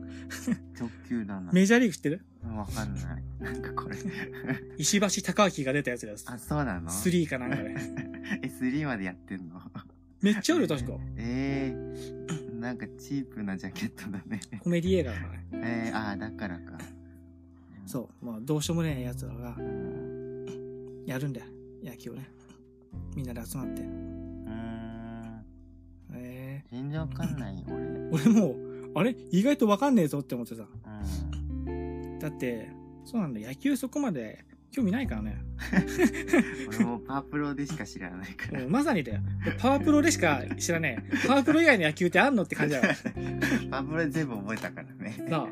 [SPEAKER 2] 直球だな。
[SPEAKER 1] メジャーリーグ知ってる
[SPEAKER 2] わかんない。なんかこれ。
[SPEAKER 1] 石橋貴明が出たやつです。
[SPEAKER 2] あ、そうなの
[SPEAKER 1] 3かなんかね。
[SPEAKER 2] え、3までやってんの
[SPEAKER 1] めっちゃあるよ、確か。
[SPEAKER 2] えー、なんかチープなジャケットだね。
[SPEAKER 1] コメディ映画だからね。
[SPEAKER 2] えー、ああ、だからか。
[SPEAKER 1] そう。まあ、どうしようもねえ奴らが
[SPEAKER 2] う、ん。
[SPEAKER 1] やるんだよ。野球をね。みんなで集まって。
[SPEAKER 2] うーん。
[SPEAKER 1] え
[SPEAKER 2] 全然わかんないよ、俺。うん。
[SPEAKER 1] ー、俺もう、あれ意外とわかんねえぞって思ってさ。だって、そうなんだ。野球そこまで興味ないからね。
[SPEAKER 2] 俺もパープロでしか知らないから
[SPEAKER 1] も。うまさに だよ。パワープロでしか知らねえ。パワープロ以外の野球ってあんのって感じ だよ。
[SPEAKER 2] パープロで全部覚えたからね。
[SPEAKER 1] な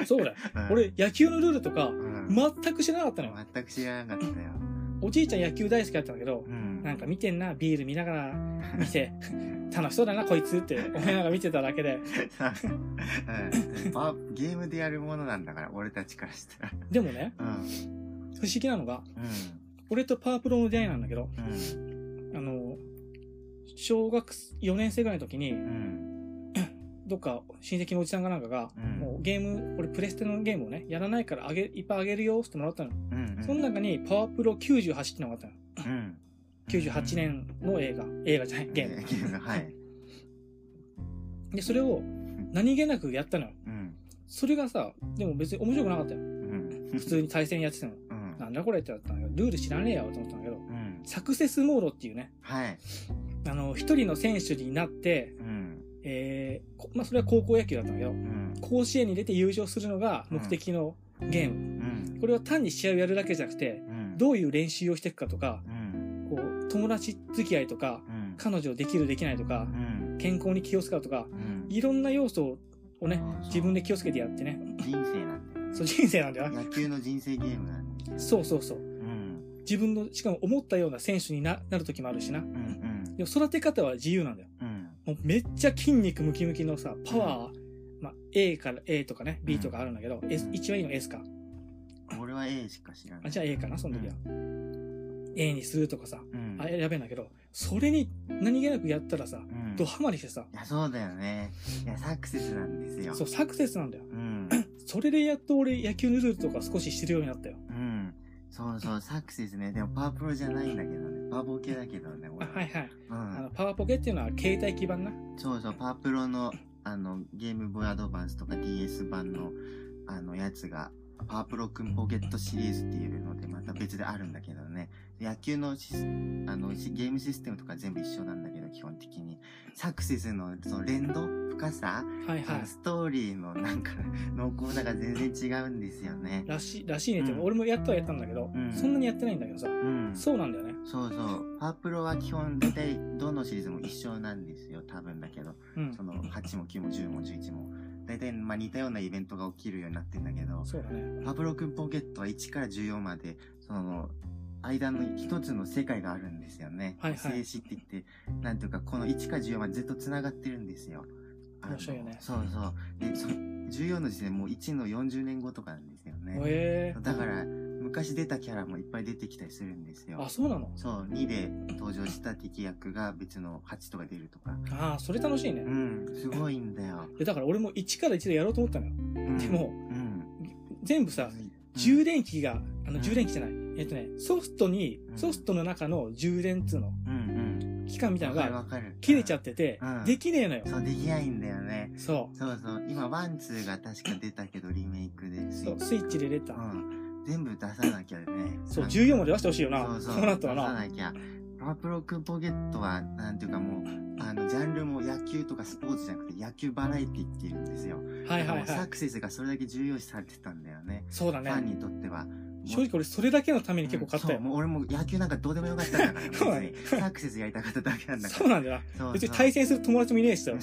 [SPEAKER 1] あ、そうだよ。俺、野球のルールとか、
[SPEAKER 2] うん、
[SPEAKER 1] 全く知らなかったのよ。
[SPEAKER 2] 全く知らなかったよ。
[SPEAKER 1] おじいちゃん野球大好きだったんだけど
[SPEAKER 2] う、ん。
[SPEAKER 1] なんか見てんな、ビール見ながら見て、楽しそうだな、こいつって思いながら見てただけで。
[SPEAKER 2] さ、うん、パーゲームでやるものなんだから、俺たちからしたら。
[SPEAKER 1] でもね、
[SPEAKER 2] うん。
[SPEAKER 1] 不思議なのが、
[SPEAKER 2] うん。
[SPEAKER 1] 俺とパワープロの出会いなんだけど、
[SPEAKER 2] うん。
[SPEAKER 1] あの、小学4年生ぐらいの時に
[SPEAKER 2] う、ん。
[SPEAKER 1] どっか親戚のおじさんかなんかが、
[SPEAKER 2] うん
[SPEAKER 1] もうゲーム、俺プレステのゲームをね、やらないからあげ、いっぱいあげるよってもらったの。
[SPEAKER 2] うん。
[SPEAKER 1] その中にパワープロ98ってのがあったの。
[SPEAKER 2] うん。
[SPEAKER 1] 98年の映画。映画じゃない、ゲーム。
[SPEAKER 2] ゲーム、はい。
[SPEAKER 1] で、それを何気なくやったのよ。
[SPEAKER 2] うん。
[SPEAKER 1] それがさ、でも別に面白くなかったよ。
[SPEAKER 2] うん。
[SPEAKER 1] 普通に対戦やってたの。
[SPEAKER 2] うん。
[SPEAKER 1] なんだこれってなったんだけど、ルール知らねえよと思ったんだけど、
[SPEAKER 2] うん。
[SPEAKER 1] サクセスモードっていうね、
[SPEAKER 2] はい。
[SPEAKER 1] あの、一人の選手になって、
[SPEAKER 2] うん。
[SPEAKER 1] えーこまあ、それは高校野球だったんだけど
[SPEAKER 2] う、ん。
[SPEAKER 1] 甲子園に出て優勝するのが目的のゲーム。
[SPEAKER 2] うん。
[SPEAKER 1] これは単に試合をやるだけじゃなくて、
[SPEAKER 2] うん。
[SPEAKER 1] どういう練習をしていくかとか、
[SPEAKER 2] うん。
[SPEAKER 1] こう、友達付き合いとか、
[SPEAKER 2] うん。
[SPEAKER 1] 彼女できるできないとか
[SPEAKER 2] う、ん。
[SPEAKER 1] 健康に気を使うとか、
[SPEAKER 2] うん。
[SPEAKER 1] いろんな要素をね、自分で気をつけてやってね、
[SPEAKER 2] 人生なんだよね。
[SPEAKER 1] そう人生なんだよな。
[SPEAKER 2] 野球の人生ゲームなんだよ。
[SPEAKER 1] そうそうそう。
[SPEAKER 2] うん。
[SPEAKER 1] 自分の、しかも思ったような選手にななる時もあるしな。
[SPEAKER 2] うん。うん。
[SPEAKER 1] でも育て方は自由なんだよ。
[SPEAKER 2] うん。
[SPEAKER 1] もうめっちゃ筋肉ムキムキのさ、パワー、まあ、A から A とかね、B とかあるんだけど、S、一番いいの S か。
[SPEAKER 2] 俺は A しか知らな
[SPEAKER 1] あ、
[SPEAKER 2] い。
[SPEAKER 1] じゃあ A かな、その時は。A にするとかさ、
[SPEAKER 2] うん。
[SPEAKER 1] あ、選べんだけど、それに何気なくやったらさ、
[SPEAKER 2] うん。
[SPEAKER 1] ドハマりしてさ、
[SPEAKER 2] いや、そうだよね。いや、サクセスなんですよ。
[SPEAKER 1] そう、サクセスなんだよ。
[SPEAKER 2] うん。
[SPEAKER 1] それでやっと俺野球のルールとか少し知るようになったよ。
[SPEAKER 2] うん。そうそう、サクセスね。でも、パープロじゃないんだけどね。パーボケだけどね、
[SPEAKER 1] あ、
[SPEAKER 2] 俺。
[SPEAKER 1] はいはい。
[SPEAKER 2] う
[SPEAKER 1] あの、
[SPEAKER 2] ん。
[SPEAKER 1] パワーポケっていうのは携帯基盤な。
[SPEAKER 2] そうそう、パープロの、あの、ゲームボーイアドバンスとか DS 版の、あの、やつが、パープロくんポケットシリーズっていうので、また別であるんだけどね。野球のシス、あの、しゲームシステムとか全部一緒なんだけど、基本的に。サクセスの、その、連動深さ、
[SPEAKER 1] はい
[SPEAKER 2] そ
[SPEAKER 1] は
[SPEAKER 2] の
[SPEAKER 1] い。
[SPEAKER 2] ストーリーの、なんか、 濃厚さが全然違うんですよね。
[SPEAKER 1] らしい、らしいねって、
[SPEAKER 2] うん
[SPEAKER 1] 俺もやったはやったんだけど、
[SPEAKER 2] うん
[SPEAKER 1] そんなにやってないんだけどさ、
[SPEAKER 2] うん。
[SPEAKER 1] そうなんだよね。
[SPEAKER 2] そうそう。パープロは基本大体どのシリーズも一緒なんですよ、多分だけど。
[SPEAKER 1] うん
[SPEAKER 2] そ。の8も9も10も11も。大体まあ似たようなイベントが起きるようになってんだけど、
[SPEAKER 1] そうだね。
[SPEAKER 2] パープロくんポケットは1から14まで、その、間の一つの世界があるんですよね。
[SPEAKER 1] はいはい
[SPEAKER 2] 静止って言って、なんていうか、この1から14までずっと繋がってるんですよ。あの
[SPEAKER 1] 面白いよね
[SPEAKER 2] そうそう。で、そ14の時点でもう1の40年後とかなんですよね。
[SPEAKER 1] へえ
[SPEAKER 2] だから、昔出たキャラもいっぱい出てきたりするんですよ。
[SPEAKER 1] あ、そうなの
[SPEAKER 2] そう、2で登場した敵役が別の8とか出るとか。
[SPEAKER 1] ああ、それ楽しいね
[SPEAKER 2] う。ん、すごいんだよ。
[SPEAKER 1] でだから俺も1から1でやろうと思ったのよ。
[SPEAKER 2] うん
[SPEAKER 1] でも、
[SPEAKER 2] うん。
[SPEAKER 1] 全部さ、充電器が、あの、充電器じゃない。えっとね、ソフトに
[SPEAKER 2] う、ん
[SPEAKER 1] ソフトの中の充電っつうの、
[SPEAKER 2] うんうん。
[SPEAKER 1] 期間みたいな
[SPEAKER 2] わ
[SPEAKER 1] の
[SPEAKER 2] かる
[SPEAKER 1] が
[SPEAKER 2] わかる。。
[SPEAKER 1] 切れちゃっててて
[SPEAKER 2] うん、
[SPEAKER 1] できねえのよ。
[SPEAKER 2] そう、できないんだよね。
[SPEAKER 1] そ
[SPEAKER 2] そうそう。今、ワン、ツーが確か出たけど、リメイクで。
[SPEAKER 1] う。
[SPEAKER 2] スイ
[SPEAKER 1] そ
[SPEAKER 2] ッ
[SPEAKER 1] う、
[SPEAKER 2] チ
[SPEAKER 1] スイッチで出た
[SPEAKER 2] う。ん。全部出さなきゃね。
[SPEAKER 1] そう、
[SPEAKER 2] なんか
[SPEAKER 1] 14まで出してほしいよな。
[SPEAKER 2] そう
[SPEAKER 1] そ
[SPEAKER 2] そうう。
[SPEAKER 1] なったら
[SPEAKER 2] 出
[SPEAKER 1] な。
[SPEAKER 2] さなきゃ。パワープロ君ポケットは、なんていうかもう、あの、ジャンルも野球とかスポーツじゃなくて、野球バラエティっていうんですよ。
[SPEAKER 1] はいはい
[SPEAKER 2] だからもう
[SPEAKER 1] は
[SPEAKER 2] サ
[SPEAKER 1] い。
[SPEAKER 2] クセスがそれだけ重要視されてたんだよね。
[SPEAKER 1] そうだ
[SPEAKER 2] ファン
[SPEAKER 1] ね。
[SPEAKER 2] にとっては。
[SPEAKER 1] 正直俺それだけのために結構買ったよ
[SPEAKER 2] うんそう。もう俺も野球なんかどうでもよかったんだから、別
[SPEAKER 1] そうだね
[SPEAKER 2] に。サクセスやりたかっただけなんだか
[SPEAKER 1] そうなんだよな。
[SPEAKER 2] ら。そう
[SPEAKER 1] 別に対
[SPEAKER 2] 切
[SPEAKER 1] 戦する友達もいねえしさ。
[SPEAKER 2] 野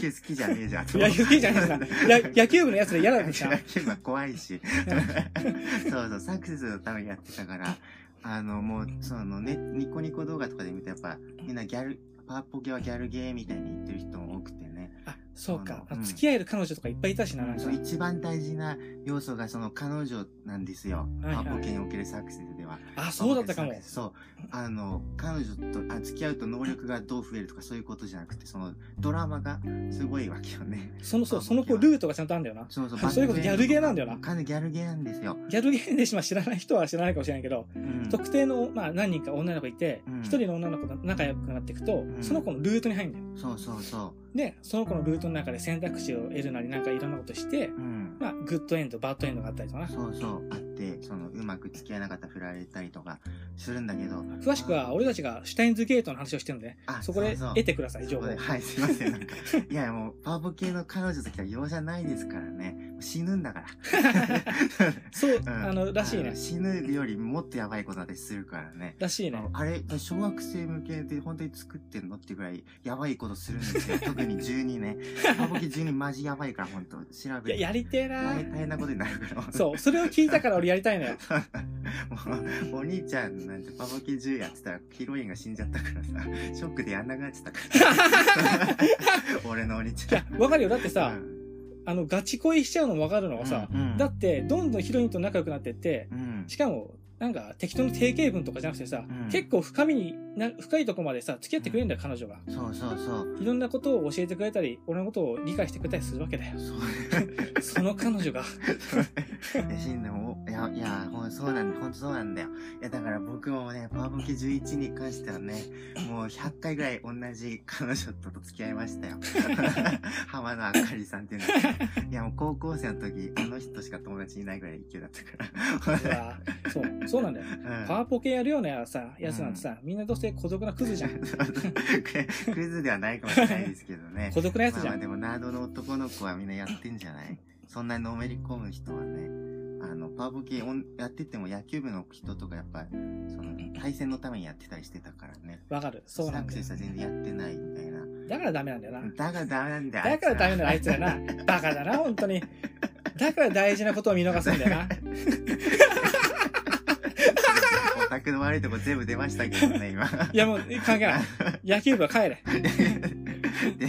[SPEAKER 2] 球好きじゃねえじゃん。
[SPEAKER 1] 野球好きじゃねえし な。や野球部のやつで嫌だっ
[SPEAKER 2] 野
[SPEAKER 1] て
[SPEAKER 2] 球
[SPEAKER 1] さ。
[SPEAKER 2] 野球は怖いし。 そうそう、サクセスのためにやってたから、あの、もう、そのね、ニコニコ動画とかで見てやっぱ、みんなギャル、パワポケはギャルゲーみたいに言ってる人も多くてね。
[SPEAKER 1] あ、そうか。
[SPEAKER 2] あのうん
[SPEAKER 1] 付き合える彼女とかいっぱいいたしな、なんか
[SPEAKER 2] そう、。一番大事な要素がその彼女なんですよ。
[SPEAKER 1] はいはい
[SPEAKER 2] パワポケにおけるサクセスでは。
[SPEAKER 1] あ、そうだったかも。
[SPEAKER 2] そう。あの、彼女と、あ、付き合うと能力がどう増えるとかそういうことじゃなくて、その、ドラマがすごいわけよね。
[SPEAKER 1] その、そう、その子ルートがちゃんとあるんだよな。
[SPEAKER 2] そうそう。
[SPEAKER 1] あそういうことギャルゲーなんだよな
[SPEAKER 2] 彼女ギャルゲーなんですよ。
[SPEAKER 1] ギャルゲーでしま知らない人は知らないかもしれないけど、
[SPEAKER 2] うん
[SPEAKER 1] 特定の、まあ、何人か女の子いて
[SPEAKER 2] うん、
[SPEAKER 1] 一人の女の子と仲良くなっていくと
[SPEAKER 2] う、ん
[SPEAKER 1] その子のルートに入るんだよ。
[SPEAKER 2] そうそうそ
[SPEAKER 1] で、その子のルートの中で選択肢を得るなりなんかいろんなことして
[SPEAKER 2] う。、うん。
[SPEAKER 1] まあ、グッドエンド、バッドエンドがあったりとかな。
[SPEAKER 2] そうそう。あって、その、うまく付き合えなかったら振られたりとかするんだけど。
[SPEAKER 1] 詳しくは、俺たちがシュタインズゲートの話をしてるので、
[SPEAKER 2] あ
[SPEAKER 1] そこで
[SPEAKER 2] うう
[SPEAKER 1] 得てください、
[SPEAKER 2] そ
[SPEAKER 1] 情
[SPEAKER 2] こ
[SPEAKER 1] 報
[SPEAKER 2] で。はい、すいません。なんかいや、もう、パーボ系の彼女ときは容赦ないですからね。死ぬんだから。
[SPEAKER 1] そう、
[SPEAKER 2] うん
[SPEAKER 1] あの、らしい
[SPEAKER 2] あ
[SPEAKER 1] ね
[SPEAKER 2] の。死ぬよりもっとやばいことだったりするからね。
[SPEAKER 1] らしいね。
[SPEAKER 2] あれ、小学生向けで本当に作ってんのってぐらいやばいことするんで すよ。特に12ね。パーボ系12マジやばいから、本当調
[SPEAKER 1] い
[SPEAKER 2] べ
[SPEAKER 1] や、
[SPEAKER 2] て。
[SPEAKER 1] やりてえな
[SPEAKER 2] 大変なことになるから。
[SPEAKER 1] そう、それを聞いたから俺やりたいのよ。
[SPEAKER 2] もうお兄ちゃんなんてパパキ10やってたらヒロインが死んじゃったからさショックでやんなくなっちゃったから 俺のお兄
[SPEAKER 1] い
[SPEAKER 2] ちゃ
[SPEAKER 1] や
[SPEAKER 2] ん、
[SPEAKER 1] わかるよ。だってさ、
[SPEAKER 2] うん
[SPEAKER 1] あの、ガチ恋しちゃうのわかるのがさ、
[SPEAKER 2] うんうん
[SPEAKER 1] だって、どんどんヒロインと仲良くなってって、
[SPEAKER 2] うん
[SPEAKER 1] しかも、なんか、適当に定型文とかじゃなくてさ、
[SPEAKER 2] うん
[SPEAKER 1] 結構深みにな、深いとこまでさ、付き合ってくれるんだよ、彼女が。
[SPEAKER 2] そうそうそう
[SPEAKER 1] いろんなことを教えてくれたり、俺のことを理解してくれたりするわけ だよ。
[SPEAKER 2] そう
[SPEAKER 1] その彼女が。
[SPEAKER 2] で死んでもいやいやほんそうなんだほんとそうなんだよいやだから僕もねパパキ11に関してはねもう100回ぐらい同じ彼女と付き合いましたよ 浜野あかりさんっていうのはいやもう高校生の時あの人しか友達いないぐらい勢いだったか
[SPEAKER 1] う
[SPEAKER 2] ら
[SPEAKER 1] わそう、そうなんだよ。
[SPEAKER 2] うん
[SPEAKER 1] パワポケやるようなさ、やつなんてさ、みんなどうせ孤独なクズじゃん。
[SPEAKER 2] ククイズではないかもしれないですけどね。
[SPEAKER 1] 孤独なやつじ
[SPEAKER 2] まあ
[SPEAKER 1] ゃ
[SPEAKER 2] まあ
[SPEAKER 1] ん。
[SPEAKER 2] でもナードの男の子はみんなやってんじゃ ないそんなにのめり込む人はね。あの、パワーボケオンやってても野球部の人とかやっぱ、その、対戦のためにやってたりしてたからね。
[SPEAKER 1] わかる。そうな
[SPEAKER 2] サ
[SPEAKER 1] んだ
[SPEAKER 2] クセ
[SPEAKER 1] よ
[SPEAKER 2] ス。は全然やってないみたいな。
[SPEAKER 1] だからダメなんだよな。
[SPEAKER 2] だからダメなんだよ。
[SPEAKER 1] だからダメなの、
[SPEAKER 2] あ
[SPEAKER 1] あ
[SPEAKER 2] い
[SPEAKER 1] い
[SPEAKER 2] つ
[SPEAKER 1] つらな。バカだな、本当に。だから大事なことを見逃すんだよな。
[SPEAKER 2] ら。 オタクの悪いとこ全部出ましたけどね、今。
[SPEAKER 1] いや、もう、関係ない。野球部は帰れ。
[SPEAKER 2] で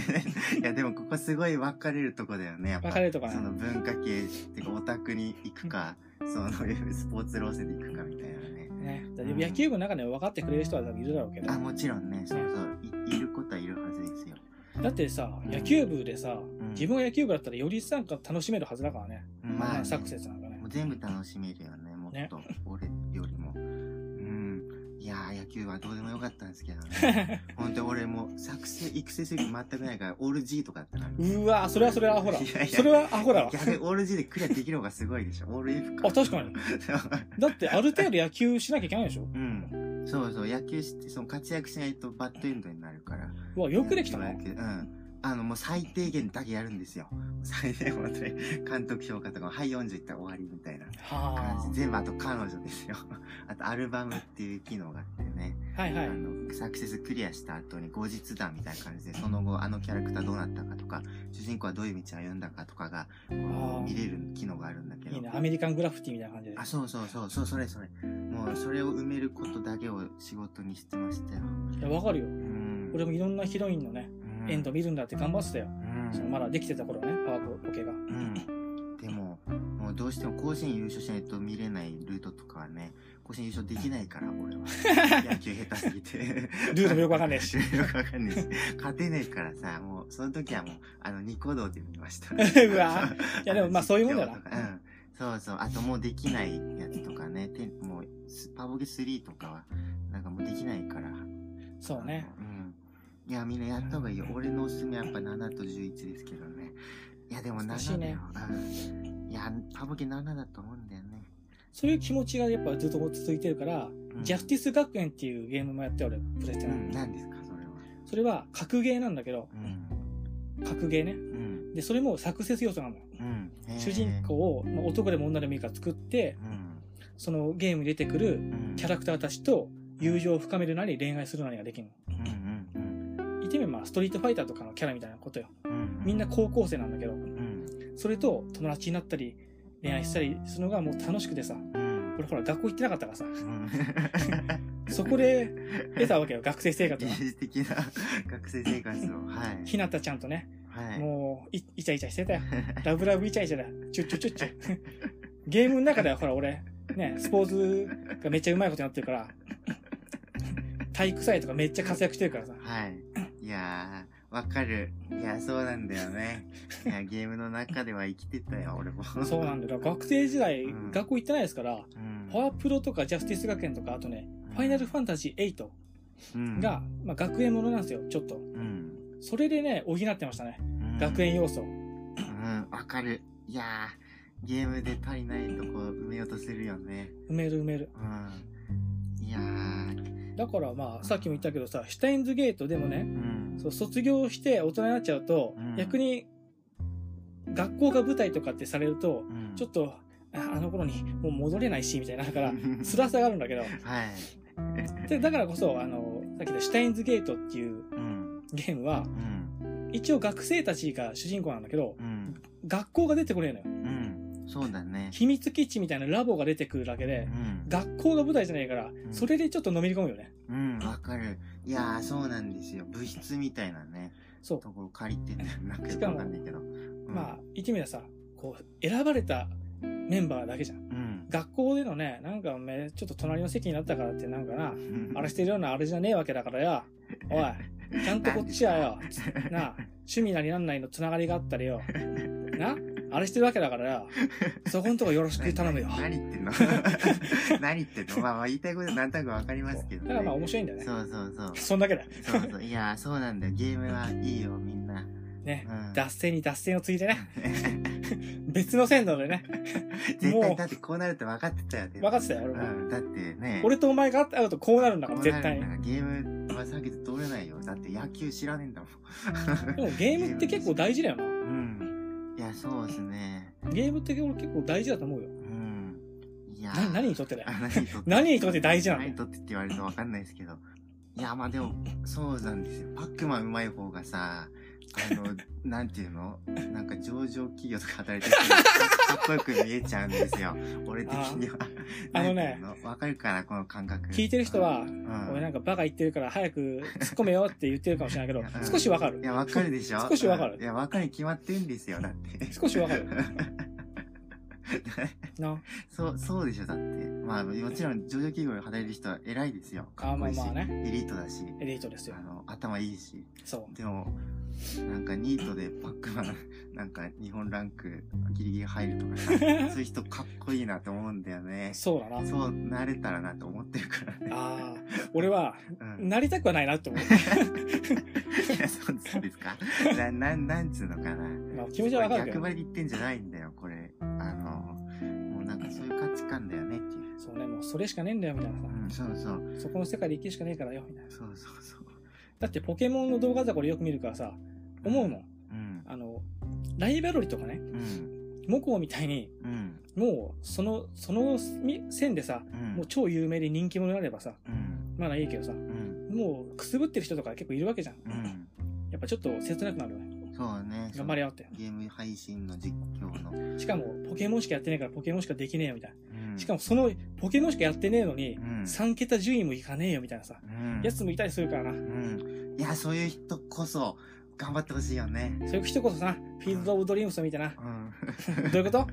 [SPEAKER 2] いやでもここすごい分かれるとこだよねやっぱ
[SPEAKER 1] 分かれるとこだね
[SPEAKER 2] その文化系っていうかオタクに行くかそのスポーツ路線で行くかみたいなね
[SPEAKER 1] ね、だって野球部の中でも分かってくれる人は多分いるだろうけど
[SPEAKER 2] あ。もちろんねそうそういいることはいるはずですよ
[SPEAKER 1] だってさ、野球部でさ、自分が野球部だったらよりなんか楽しめるはずだからね。
[SPEAKER 2] まあ、ね、
[SPEAKER 1] サクセスなんかね
[SPEAKER 2] も。う全部楽しめるよねもっと、俺よりもうんいやー野球はどうでもよかったんですけどね本当俺もう作成育成する気全くないからオール G とかだったな
[SPEAKER 1] うわそれはそれはアホだ
[SPEAKER 2] いやいや
[SPEAKER 1] それはアホだわ。
[SPEAKER 2] 逆にオール G でクリアできる方がすごいでしょオール F か
[SPEAKER 1] あ、確かに。だってある程度野球しなきゃいけないでしょ
[SPEAKER 2] うん。そうそう、野球して、その活躍しないとバッドエンドになるから。
[SPEAKER 1] うわ、よくできたな
[SPEAKER 2] 野。球はうん。あの、もう最低限だけやるんですよ。最低限、本当に。監督評価とかも、はい、40いったら終わりみたいな
[SPEAKER 1] は
[SPEAKER 2] 感じ。全部、あと彼女ですよ。 あと、アルバムっていう機能があってね。
[SPEAKER 1] あ。はいは
[SPEAKER 2] あ
[SPEAKER 1] い。
[SPEAKER 2] の、サクセスクリアした後に後日談みたいな感じで、その後、あのキャラクターどうなったかとか、主人公はどういう道を歩んだかとかが、
[SPEAKER 1] あ
[SPEAKER 2] こ
[SPEAKER 1] ー
[SPEAKER 2] う見れる機能があるんだけど。
[SPEAKER 1] いいね。アメリカングラフィティみたいな感じで
[SPEAKER 2] あ、。そうそうそう、そう、それそれ。もう、それを埋めることだけを仕事にしてましたよ。
[SPEAKER 1] いや、わかるよ。
[SPEAKER 2] うん。
[SPEAKER 1] 俺もいろんなヒロインのね、エンド見るんだって頑張ってたよ
[SPEAKER 2] う。ん。
[SPEAKER 1] そのまだできてた頃はね、パワーポケが。
[SPEAKER 2] うん。でも、もうどうしても甲子園優勝しないと見れないルートとかはね、甲子園優勝できないから、俺は。野球下手すぎて。
[SPEAKER 1] ルールもよくわかんないし。
[SPEAKER 2] よくわかんないし。勝てねえからさ、もう、その時はもう、あの、ニコ動で見まし た。
[SPEAKER 1] うわいやでもまあそういうもんだな
[SPEAKER 2] 実況とかうん。そうそう。あともうできないやつとかね、てもう、スパボゲ3とかは、なんかもうできないから。
[SPEAKER 1] そうね。。
[SPEAKER 2] うん。いや、みんなやった方がいいよ。俺のおすすめはやっぱ7と11ですけどね。いや、でも
[SPEAKER 1] 難しい
[SPEAKER 2] 7だ
[SPEAKER 1] ね
[SPEAKER 2] よ。うん。いや、パボケ7だと思うんだよね。
[SPEAKER 1] そういう気持ちがやっぱずっと続いてるから、
[SPEAKER 2] うん
[SPEAKER 1] ジャスティス学園っていうゲームもやって俺、プレステ
[SPEAKER 2] う。
[SPEAKER 1] なんの。
[SPEAKER 2] 何ですか、それは。
[SPEAKER 1] それは格ゲーなんだけど、
[SPEAKER 2] うん。
[SPEAKER 1] 格ゲーね。
[SPEAKER 2] うん。
[SPEAKER 1] で、それもサクセス要素なのよ。
[SPEAKER 2] うん。へー
[SPEAKER 1] 主人。公を、まあ、男でも女でもいいから作って、
[SPEAKER 2] うん。
[SPEAKER 1] そのゲームに出てくる
[SPEAKER 2] うん。
[SPEAKER 1] キャラクターたちと友情を深めるなり恋愛するなりができる
[SPEAKER 2] うんうんうん
[SPEAKER 1] の。いてみればまあストリートファイターとかのキャラみたいなことよ。
[SPEAKER 2] うん。
[SPEAKER 1] みんな高校生なんだけど、
[SPEAKER 2] うん。
[SPEAKER 1] それと友達になったり恋愛したりするのがもう楽しくてさ、
[SPEAKER 2] うん。
[SPEAKER 1] 俺ほら学校行ってなかったからさ、
[SPEAKER 2] うん。
[SPEAKER 1] そこ で得たわけよ、学 生生活は
[SPEAKER 2] 原。始的な学生生活を。はい。
[SPEAKER 1] ひなたちゃんとね、
[SPEAKER 2] はい。
[SPEAKER 1] もうい イチャイチャしてたよ。ラブラブイチャイチャだよ。チュッチュッチュッチュ。ゲームの中ではほら俺、ね、スポーツがめっちゃうまいことになってる から、体育祭とかめっちゃ活躍してるからさ。
[SPEAKER 2] はい。いやー、わかる。いや、そうなんだよね。いや、ゲームの中では生きてたよ、俺も。
[SPEAKER 1] そうなんだよ。学生時代、
[SPEAKER 2] うん
[SPEAKER 1] 学校行ってないですから、
[SPEAKER 2] うん。
[SPEAKER 1] パワープロとかジャスティス学園とか、あとね、ファイナルファンタジー8
[SPEAKER 2] うん、
[SPEAKER 1] が、まあ、学園ものなんですよ、ちょっと。
[SPEAKER 2] うん、
[SPEAKER 1] それでね、補ってましたね。
[SPEAKER 2] うん
[SPEAKER 1] 学園要素。
[SPEAKER 2] うん、わかる。いやー、ゲームで足りないとこ埋めようとするよね。
[SPEAKER 1] 埋める埋める。
[SPEAKER 2] うん。いやー、
[SPEAKER 1] だからまあ、さっきも言ったけどさ、シュタインズゲートでもね
[SPEAKER 2] う、ん。
[SPEAKER 1] そう卒業して大人になっちゃうと、
[SPEAKER 2] うん
[SPEAKER 1] 逆に、学校が舞台とかってされると、
[SPEAKER 2] うん
[SPEAKER 1] ちょっと、ああの頃にもう戻れないし、みたいな、だから、
[SPEAKER 2] は
[SPEAKER 1] 辛さがあるんだけど、
[SPEAKER 2] い。
[SPEAKER 1] でだからこそ、あの、さっき言ったシュタインズゲートっていう
[SPEAKER 2] うん、
[SPEAKER 1] ゲームは、
[SPEAKER 2] うん、
[SPEAKER 1] 一応学生たちが主人公なんだけど、
[SPEAKER 2] うん、
[SPEAKER 1] 学校が出てこれないのよ。
[SPEAKER 2] うん。そうだね。
[SPEAKER 1] 秘密基地みたいなラボが出てくるだけで
[SPEAKER 2] う、ん、
[SPEAKER 1] 学校が舞台じゃないから、
[SPEAKER 2] ん
[SPEAKER 1] それでちょっとのめり込むよね。
[SPEAKER 2] うん、わかる。いやー、そうなんですよ。物質みたいなね、
[SPEAKER 1] そう。
[SPEAKER 2] ところ借りてんだよ。なんかよ
[SPEAKER 1] し
[SPEAKER 2] く
[SPEAKER 1] か
[SPEAKER 2] わ
[SPEAKER 1] も
[SPEAKER 2] かんないけど。うん
[SPEAKER 1] まあ、言ってみればさ、こう、選ばれたメンバーだけじゃん。
[SPEAKER 2] うん。。
[SPEAKER 1] 学校でのね、なんかおめえちょっと隣の席になったからってなんかな、あれしてて るようなあれじゃねえわけだからよ。おい、ちゃんとこっちはよ、つなあ、趣味なりなんないのつながりがあったりよ。な、あれしてるわけだからよ。そこんとこよろしく頼むよ。
[SPEAKER 2] 何言ってんの何言ってんの まあまあ言いたいことなんとなくわかりますけど、
[SPEAKER 1] だからまあ面白いんだよね。
[SPEAKER 2] そうそうそう。
[SPEAKER 1] そんだけだ。
[SPEAKER 2] そうそう。いやー、そうなんだよ。ゲームはいいよ、みんな。
[SPEAKER 1] ね。
[SPEAKER 2] うん。
[SPEAKER 1] 脱線に脱線をついてね、 別の線路でね、
[SPEAKER 2] 絶
[SPEAKER 1] もう
[SPEAKER 2] 対、だってこうなるって分かってたよ。分
[SPEAKER 1] 分かってたよ、俺
[SPEAKER 2] う
[SPEAKER 1] も。
[SPEAKER 2] ん。だってね。
[SPEAKER 1] 俺とお前が会うとこうなるんだか
[SPEAKER 2] こ
[SPEAKER 1] ら、
[SPEAKER 2] う
[SPEAKER 1] 絶
[SPEAKER 2] な
[SPEAKER 1] 対
[SPEAKER 2] る
[SPEAKER 1] に
[SPEAKER 2] んだ。からゲームは避けて通れないよ。だって野球知らねえんだもん。
[SPEAKER 1] でもゲームって結構大事だよな。
[SPEAKER 2] うん。いや、そうですね。
[SPEAKER 1] ゲームって俺結構大事だと思うよ。
[SPEAKER 2] うん。いやー。
[SPEAKER 1] な何にとってだよ
[SPEAKER 2] あ。何にとって
[SPEAKER 1] 何にとって大事なの
[SPEAKER 2] 何にとってって言われると分かんないですけど。いや、まあでも、そうなんですよ。パックマンうまい方がさ、あの、なんていうのなんか上場企業とか働いてる人かっこよく見えちゃうんですよ。俺的には。
[SPEAKER 1] あのね
[SPEAKER 2] なんていうの。わかるかな、この感覚。
[SPEAKER 1] 聞いてる人は
[SPEAKER 2] う、ん。
[SPEAKER 1] 俺なんかバカ言ってるから早く突っ込めよって言ってるかもしれないけど、
[SPEAKER 2] うん
[SPEAKER 1] 少しわかる
[SPEAKER 2] い。や、わかるでしょ
[SPEAKER 1] 少しわかる
[SPEAKER 2] うんいや、わかるに決まってるんですよ、だって。
[SPEAKER 1] 少しわか る。な。
[SPEAKER 2] そう、そうでしょ、だって。まあ、もちろん上場企業で働いてる人は偉いですよ。かっこいいし。
[SPEAKER 1] あまあまあ
[SPEAKER 2] エリートだし。
[SPEAKER 1] エリートですよ
[SPEAKER 2] あ。の、頭いいし。
[SPEAKER 1] そう。
[SPEAKER 2] でも、なんかニートでパックマン、 なんか日本ランクギリギリ入ると かさ、そういう人かっこいいなと思うんだよね。
[SPEAKER 1] そうだな。
[SPEAKER 2] そうなれたらなと思ってるからね。
[SPEAKER 1] ああ、俺は、
[SPEAKER 2] うん。
[SPEAKER 1] なりたくはないなって思う。
[SPEAKER 2] いや、 そうそうですかな、なん、なんつうのかな。
[SPEAKER 1] まあ、気持ちはわかるけ
[SPEAKER 2] 逆
[SPEAKER 1] ど。
[SPEAKER 2] 張りで言ってんじゃないんだよ、これ。あの、もうなんかそういう価値観だよねっていう。
[SPEAKER 1] そうね、もうそれしかねえんだよ、みたいな
[SPEAKER 2] うん、そうそう。
[SPEAKER 1] さ。そこの世界で生きるしかねえからよ、みたいな。
[SPEAKER 2] そうそうそう。
[SPEAKER 1] だってポケモンの動画とか俺よく見るからさ、思うもん。
[SPEAKER 2] うん。
[SPEAKER 1] あの、ライバルリとかね、
[SPEAKER 2] うん。
[SPEAKER 1] モコウみたいに、
[SPEAKER 2] うん。
[SPEAKER 1] もう、その、そのみ線でさ、
[SPEAKER 2] うん。
[SPEAKER 1] もう超有名で人気者になればさ、
[SPEAKER 2] うん。
[SPEAKER 1] まだいいけどさ、
[SPEAKER 2] うん。
[SPEAKER 1] もうくすぶってる人とか結構いるわけじゃん。
[SPEAKER 2] うん。
[SPEAKER 1] やっぱちょっと切なくなるよね。
[SPEAKER 2] そうね。
[SPEAKER 1] 頑張れよって。
[SPEAKER 2] ゲーム配信の実況の。
[SPEAKER 1] しかも、ポケモンしかやってねえからポケモンしかできねえよみたい
[SPEAKER 2] うん
[SPEAKER 1] な。しかも、その、ポケモンしかやってねえのに
[SPEAKER 2] う、ん、
[SPEAKER 1] 3桁順位もいかねえよみたいなさ、
[SPEAKER 2] うん、
[SPEAKER 1] やつもいたりするからな。
[SPEAKER 2] うん。いや、そういう人こそ、頑張ってほしいよね。
[SPEAKER 1] そういう人こそさ、フィールド・オブ・ドリームスみた いな。
[SPEAKER 2] う
[SPEAKER 1] ど
[SPEAKER 2] ん。
[SPEAKER 1] ういうこと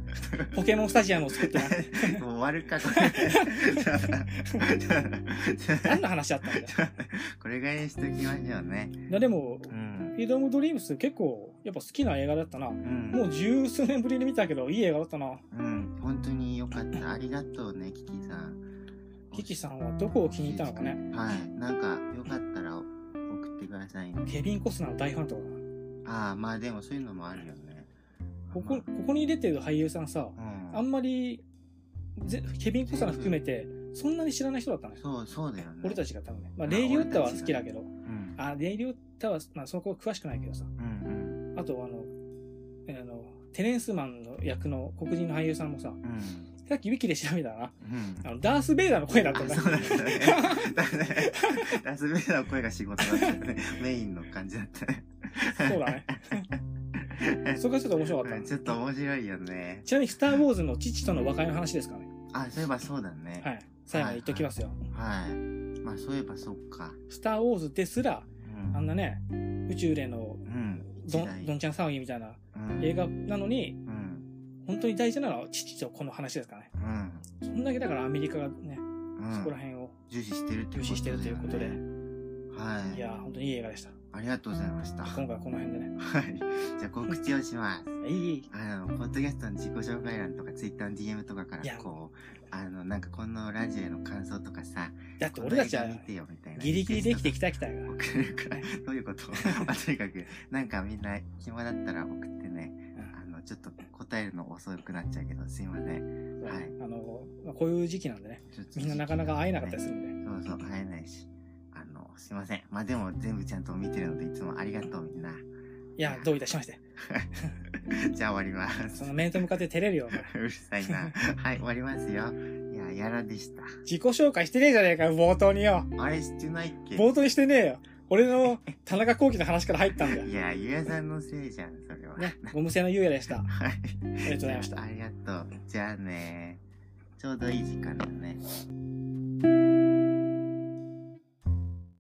[SPEAKER 1] ポケモンスタジアムを作ってな。
[SPEAKER 2] もう終わるか、こ れ。
[SPEAKER 1] 何の話だったんだよ。
[SPEAKER 2] これぐらいにしときましょうね。
[SPEAKER 1] いやでも、
[SPEAKER 2] うん。
[SPEAKER 1] フィールド・オブ・ドリームス結構、やっぱ好きな映画だったな。も
[SPEAKER 2] うん。
[SPEAKER 1] う十数年ぶりに見たけど、いい映画だったな。
[SPEAKER 2] うん。本当によかった。ありがとうね、キキさん。
[SPEAKER 1] キキさんはどこを気に入ったのかね。
[SPEAKER 2] はい。なんか、よかったら送ってくださいね。
[SPEAKER 1] ケビン・コスナーの大ファンとかな。
[SPEAKER 2] ああ、まあでもそういうのもあるよね。
[SPEAKER 1] ここ、ここに出てる俳優さんさ、
[SPEAKER 2] うん。
[SPEAKER 1] あんまり、ぜケビン・コスナー含めて、そんなに知らない人だったね。
[SPEAKER 2] そう、そうだよね。
[SPEAKER 1] 俺たちが多分ね。まあ、レイリオッタは好きだけど、
[SPEAKER 2] うん。
[SPEAKER 1] あ、レイリオッタは、まあ、その子詳しくないけどさ。
[SPEAKER 2] うん。
[SPEAKER 1] あと、あの、えーあの、テレンスマンの役の黒人の俳優さんもさ、
[SPEAKER 2] うん。うん。
[SPEAKER 1] さっきウィキで調べたらな、
[SPEAKER 2] うん。
[SPEAKER 1] あの、ダース・ベイダーの声だったんだ
[SPEAKER 2] あ。そうだったね。だね。ラスベイダーの声が仕事だったね。メインの感じだったね。
[SPEAKER 1] そうだね。そこがちょっと面白かったな
[SPEAKER 2] う
[SPEAKER 1] ん
[SPEAKER 2] 。ちょっと面白いよね。
[SPEAKER 1] ちなみに、スター・ウォーズの父との和解の話ですかね。
[SPEAKER 2] あ、そういえばそうだね。
[SPEAKER 1] はい。最後に言っときますよ。
[SPEAKER 2] はい。まあそういえばそっか。
[SPEAKER 1] スター・ウォーズですら、
[SPEAKER 2] うん。
[SPEAKER 1] あんなね、宇宙での
[SPEAKER 2] うん。
[SPEAKER 1] ど
[SPEAKER 2] 時代
[SPEAKER 1] ん、どんちゃん騒ぎみたいな
[SPEAKER 2] うん
[SPEAKER 1] 映画なのに、
[SPEAKER 2] うん。
[SPEAKER 1] 本当に大事なのは父とこの話ですからね。
[SPEAKER 2] うん。
[SPEAKER 1] そのんだけだからアメリカがね、
[SPEAKER 2] う
[SPEAKER 1] そこら
[SPEAKER 2] ん、
[SPEAKER 1] 辺を
[SPEAKER 2] 重視してるっていうことだよね
[SPEAKER 1] 重視してるということで、
[SPEAKER 2] はい
[SPEAKER 1] いやー、本当にいい映画でした。
[SPEAKER 2] ありがとうございましたは
[SPEAKER 1] 今回はこの辺でね。
[SPEAKER 2] いじゃあ告知をします
[SPEAKER 1] いいいい、
[SPEAKER 2] あの、ポッドキャストの自己紹介欄とか、ツイッターの DM とかか
[SPEAKER 1] い
[SPEAKER 2] ら、
[SPEAKER 1] や
[SPEAKER 2] こう、あの、なんかこのラジオへの感想とかさ、
[SPEAKER 1] だって俺たちは
[SPEAKER 2] この映画見てよみたいな。
[SPEAKER 1] ギリギリできて
[SPEAKER 2] き
[SPEAKER 1] きたきたが。
[SPEAKER 2] 送れるから、どういうこと まあとにかく、なんかみんな暇だったら送ってね、あの、ちょっと答えるの遅くなっちゃうけど、すいません。
[SPEAKER 1] うん
[SPEAKER 2] はい
[SPEAKER 1] あの、まあこういう時期なんでね、
[SPEAKER 2] ちょっと
[SPEAKER 1] みんななかなか会えなかったりするんで。
[SPEAKER 2] そうそう、会えないし。あの、すいません。まあ、でも全部ちゃんと見てるので、いつもありがとうみんな。
[SPEAKER 1] いや、どういたしまして。
[SPEAKER 2] じゃあ終わります
[SPEAKER 1] そ。の面と向かって照れるよ、お前
[SPEAKER 2] うるさいな。はい、終わりますよ。いや、やらでした。
[SPEAKER 1] 自己紹介してねえじゃねえかよ、冒頭によ。
[SPEAKER 2] あれしてないっけ
[SPEAKER 1] 冒頭にしてねえよ。俺の田中幸喜の話から入ったんだよ
[SPEAKER 2] い。や、ゆうやさんのせいじゃん、それは。
[SPEAKER 1] ね、ゴム製のゆうやでした。あ
[SPEAKER 2] はい。あ
[SPEAKER 1] りがとうございました。
[SPEAKER 2] りがとう。じゃあね。ちょうどいい時間だね。